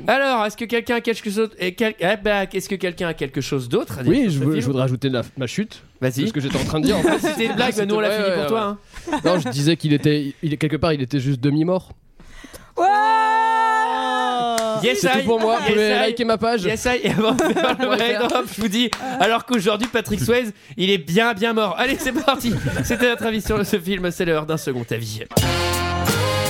A: Alors, est-ce que quelqu'un a quelque chose et quel- eh ben, est-ce que quelqu'un a quelque chose d'autre à dire
G: Oui,
A: sur
G: je,
A: ce
G: veux-
A: film
G: je voudrais ajouter la- ma chute.
A: Vas-y. Ah,
G: Ce que j'étais en train de dire. en fait.
A: C'était une blague, mais nous, on l'a
G: Ouais,
A: fini
G: ouais,
A: pour toi, hein.
G: ouais. Non, je disais qu'il était, il, est- quelque part, il était juste demi-mort.
A: Yes,
G: C'est
A: I.
G: tout pour moi. Vous pouvez
A: Yes, I.
G: liker ma page.
A: Yes, I. Et avant de faire le vrai drop, je vous dis alors qu'aujourd'hui, Patrick Swayze, il est bien, bien mort. Allez, c'est parti. C'était notre avis sur ce film. C'est l'heure d'un second avis.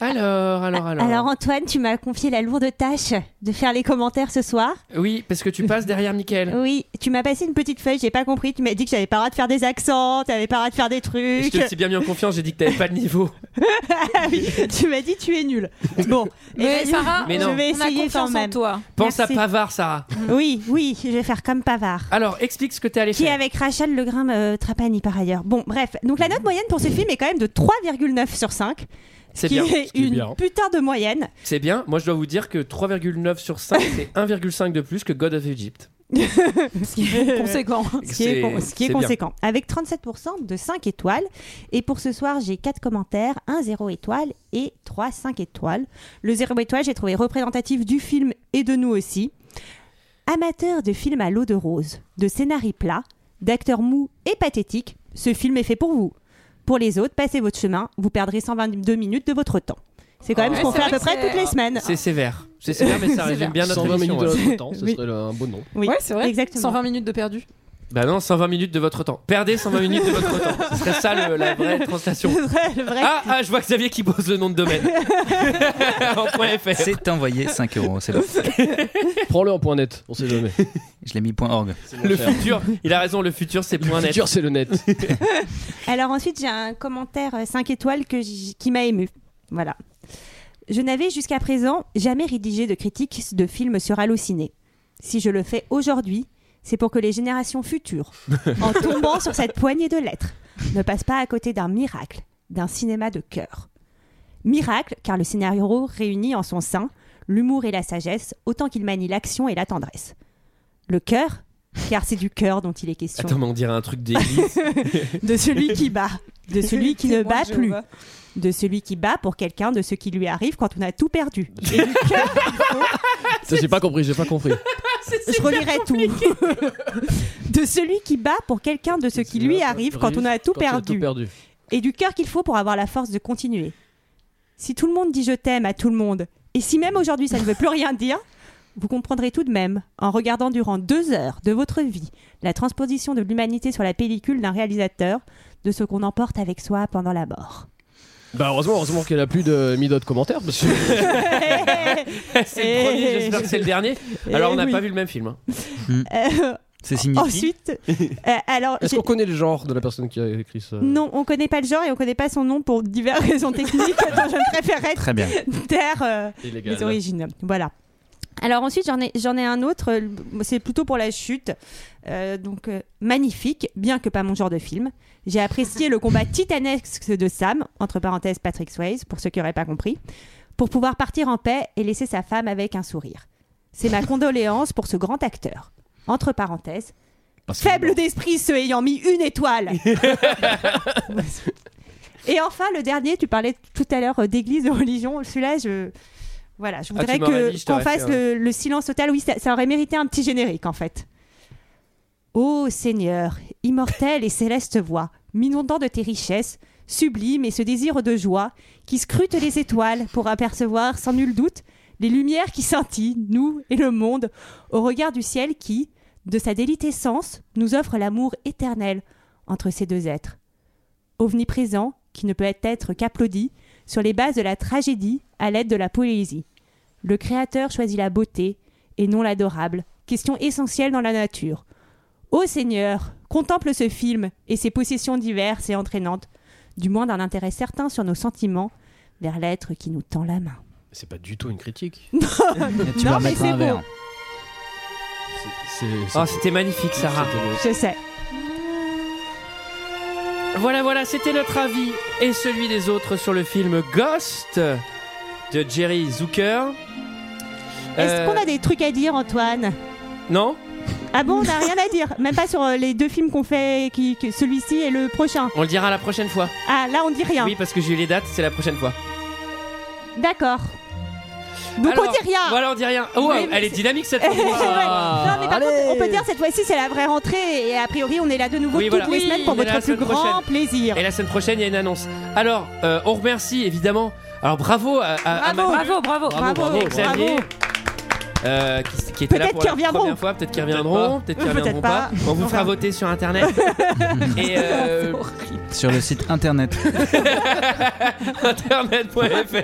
A: Alors, alors, alors.
F: Alors Antoine, tu m'as confié la lourde tâche de faire les commentaires ce soir.
A: Oui, parce que tu passes derrière Mickaël.
F: Oui, tu m'as passé une petite feuille, j'ai pas compris. Tu m'as dit que j'avais pas le droit de faire des accents, t'avais pas le droit de faire des
A: Et Je
F: trucs.
A: te suis bien mis en confiance, j'ai dit que t'avais pas de niveau.
F: tu m'as dit tu es nul. Bon,
K: Mais
F: eh ben,
K: Sarah,
A: Mais
F: je
A: non.
F: vais
K: on a
F: essayer
K: confiance
F: quand
K: en
F: même.
K: toi.
A: Pense à
F: Merci.
A: Pavard, Sarah.
F: Oui, oui, je vais faire comme Pavard.
A: Alors, explique ce que t'es allé
F: Qui est
A: faire.
F: avec Rachel Le Grim euh, Trapani par ailleurs. Bon, bref. Donc
A: Mm.
F: la note moyenne pour ce film est quand même de 3,9 sur 5.
A: C'est
F: ce qui
A: bien,
F: est
A: ce qui est
F: une
A: bien.
F: putain de moyenne.
A: C'est bien. Moi, je dois vous dire que 3,9 sur 5, c'est 1,5 de plus que God of Egypt.
F: ce qui est
K: conséquent.
F: Ce qui est, con- ce qui est
A: C'est bien.
F: conséquent. Avec 37% de 5 étoiles. Et pour ce soir, j'ai 4 commentaires, 1 0 étoile et 3 5 étoiles. Le 0 étoile, j'ai trouvé représentatif du film et de nous aussi. Amateur de films à l'eau de rose, de scénarii plats, d'acteurs mous et pathétiques, ce film est fait pour vous. Pour les autres, passez votre chemin, vous perdrez 122 minutes de votre temps. C'est quand même ce qu'on
A: Ah Ouais,
F: fait à
A: c'est
F: peu
A: vrai
F: près
A: que
F: toutes les semaines.
A: C'est sévère. C'est sévère, mais ça résume bien notre
G: 120
A: émission.
G: minutes de
A: ouais.
G: notre temps, ce serait le- un beau nom.
F: Oui,
K: ouais, c'est vrai.
F: exactement.
K: 120 minutes de perdu.
A: Bah non, 120 minutes de votre temps. Perdez 120 minutes de votre temps. Ce serait ça le- la vraie translation.
F: Le vrai- le vrai-
A: Ah, ah, je vois Xavier qui pose le nom de domaine. en point FR.
H: C'est envoyé 5 euros, c'est là.
G: Prends-le en point net, on sait jamais.
H: Je l'ai mis point org.
A: Le futur, il a raison, le futur c'est point net.
G: futur, c'est le net.
F: Alors ensuite, j'ai un commentaire 5 étoiles que j- qui m'a ému. Voilà. Je n'avais jusqu'à présent jamais rédigé de critique de films sur Allociné. Si je le fais aujourd'hui, c'est pour que les générations futures, en tombant sur cette poignée de lettres, ne passent pas à côté d'un miracle, d'un cinéma de cœur. Miracle, car le scénario réunit en son sein l'humour et la sagesse, autant qu'il manie l'action et la tendresse. Le cœur, car c'est du cœur dont il est question
A: Attends, mais on dirait un truc d'église.
F: de celui qui bat, de celui qui ne
K: Témoin
F: bat
K: de
F: plus,
K: Jéhovah.
F: de celui qui bat pour quelqu'un de ce qui lui arrive quand on a tout perdu.
G: Ça, j'ai pas compris, j'ai pas compris.
F: Je relirai tout. de celui qui bat pour quelqu'un de ce qui lui arrive quand on a tout
G: Quand il
F: perdu.
G: perdu.
F: Et du cœur qu'il faut pour avoir la force de continuer. Si tout le monde dit je t'aime à tout le monde, et si même aujourd'hui ça ne veut plus rien dire, vous comprendrez tout de même, en regardant durant deux heures de votre vie la transposition de l'humanité sur la pellicule d'un réalisateur, de ce qu'on emporte avec soi pendant la mort.
G: Bah, heureusement, heureusement qu'elle a plus de mi de commentaires. Parce que...
A: c'est le
F: Eh.
A: premier, j'espère que c'est le dernier. Alors on n'a pas vu le même film. hein.
F: Euh,
H: C'est
A: signé qui
F: Ensuite, euh, alors.
G: Est-ce
F: j'ai-
G: qu'on connaît le genre de la personne qui a écrit ça
F: Non, on connaît pas le genre et on connaît pas son nom pour diverses raisons techniques dont je préférerais
G: Très bien.
F: taire euh,
G: Illégal.
F: les origines. Voilà. Alors ensuite, j'en ai, j'en ai un autre, euh, c'est plutôt pour la chute. Euh, donc, euh, magnifique, bien que pas mon genre de film. J'ai apprécié le combat titanesque de Sam, entre parenthèses Patrick Swayze, pour ceux qui n'auraient pas compris, pour pouvoir partir en paix et laisser sa femme avec un sourire. C'est ma condoléance pour ce grand acteur. Entre parenthèses, faible d'esprit ceux ayant mis une étoile. Et enfin, le dernier, tu parlais tout à l'heure euh, d'église, de religion. Celui-là, je. Voilà, je
A: Ah,
F: voudrais
A: tu m'aurais
F: que-
A: dit, je
F: qu'on
A: t'aurais
F: fasse
A: fait
F: le, le silence total. Oui, ça, ça aurait mérité un petit générique, en fait. Ô Seigneur, immortelle et céleste voix, m'inondant de tes richesses, sublime et ce désir de joie, qui scrute les étoiles pour apercevoir, sans nul doute, les lumières qui scintillent, nous et le monde, au regard du ciel qui, de sa délitescence, nous offre l'amour éternel entre ces deux êtres omniprésent qui ne peut être qu'applaudi sur les bases de la tragédie à l'aide de la poésie. Le créateur choisit la beauté et non l'adorable, question essentielle dans la nature. Ô Seigneur, contemple ce film et ses possessions diverses et entraînantes, du moins d'un intérêt certain sur nos sentiments, vers l'être qui nous tend la main.
O: C'est pas du tout une critique.
H: Tu vas mettre un verre.
A: Oh, c'était magnifique, Sarah.
F: Je sais.
A: Voilà, voilà, c'était notre avis et celui des autres sur le film Ghost de Jerry Zucker.
F: Est-ce
A: Euh,
F: qu'on a des trucs à dire, Antoine
A: Non
F: Ah bon, on n'a rien à dire, même pas sur euh, les deux films qu'on fait, qui, que celui-ci et le prochain.
A: On le dira la prochaine fois.
F: Ah, là, on dit rien.
A: Oui, parce que j'ai eu les dates, c'est la prochaine fois.
F: D'accord. Donc on
A: Alors,
F: dit rien.
A: Voilà, on dit rien. Oh, wow,
F: Ah. Oui, mais
A: elle est dynamique cette
F: Ouais.
A: fois. Ah.
F: Non, mais par contre, on peut dire cette fois-ci, c'est la vraie rentrée. Et a priori, on est là de nouveau
A: Oui,
F: toutes
A: voilà.
F: les
A: Oui,
F: semaines pour
A: on est là
F: votre
A: la
F: plus
A: semaine
F: grand
A: prochaine.
F: plaisir.
A: Et la semaine prochaine, il y a une annonce. Alors, euh, on remercie évidemment. Alors, bravo à, à- à Manu.
F: bravo, bravo,
A: euh, bravo, Xavier. Euh, qui, qui était là
F: Peut-être
A: pour
F: qu'ils
A: la
F: reviendront.
A: première fois, peut-être qu'ils reviendront, peut-être qu'ils
F: Peut-être
A: reviendront
F: pas.
A: pas. On vous fera voter sur internet. Et euh,
H: Sur le site internet.
A: internet.fr.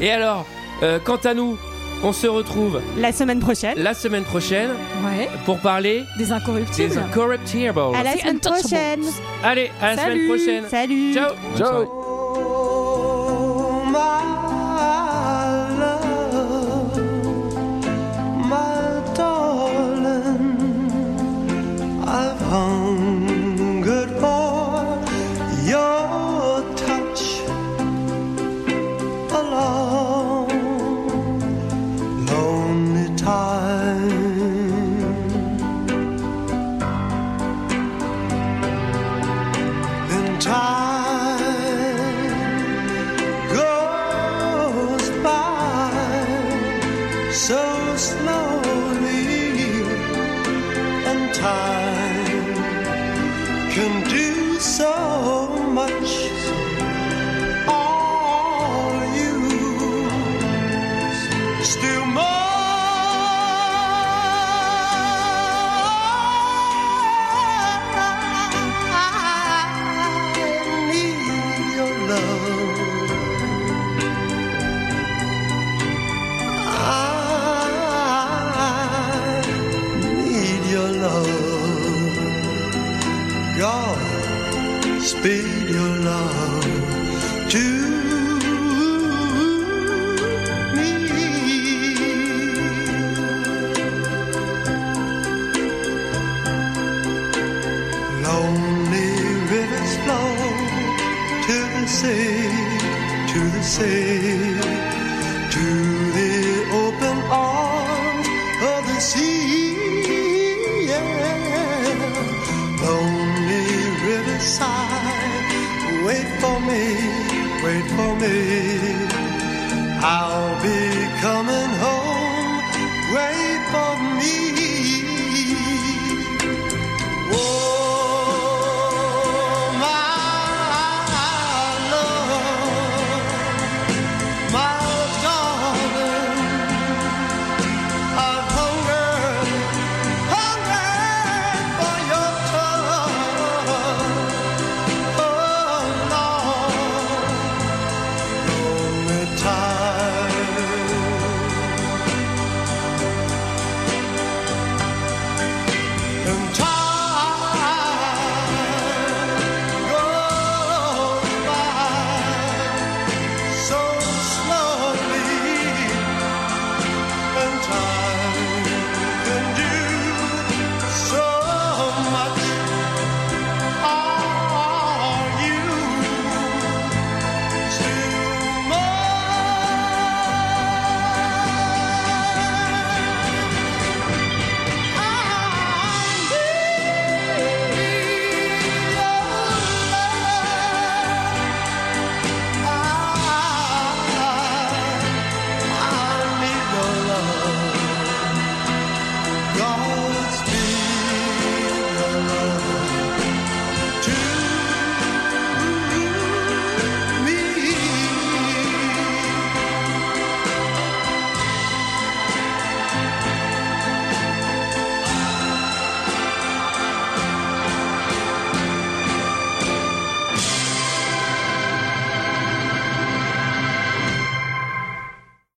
A: Et alors, euh, quant à nous, on se retrouve
F: La semaine prochaine.
A: la semaine prochaine
P: Ouais.
A: pour parler
P: Des incorruptibles.
A: des Incorruptibles.
F: À la semaine prochaine.
A: Allez, à la
F: Salut.
A: semaine prochaine.
F: Salut.
A: Ciao.
O: Ciao.
K: My love, my darling, I've hungered for your touch a long, lonely time. Then time goes by so slowly, and time can do so much. Are you still mine? Need your love. I need your love. God, speed your love to me. Lonely rivers flow to the sea, to the sea to the open arms of the sea. Yeah. Lonely riverside, wait for me, wait for me. I'll be coming. Oh, Oh, oh,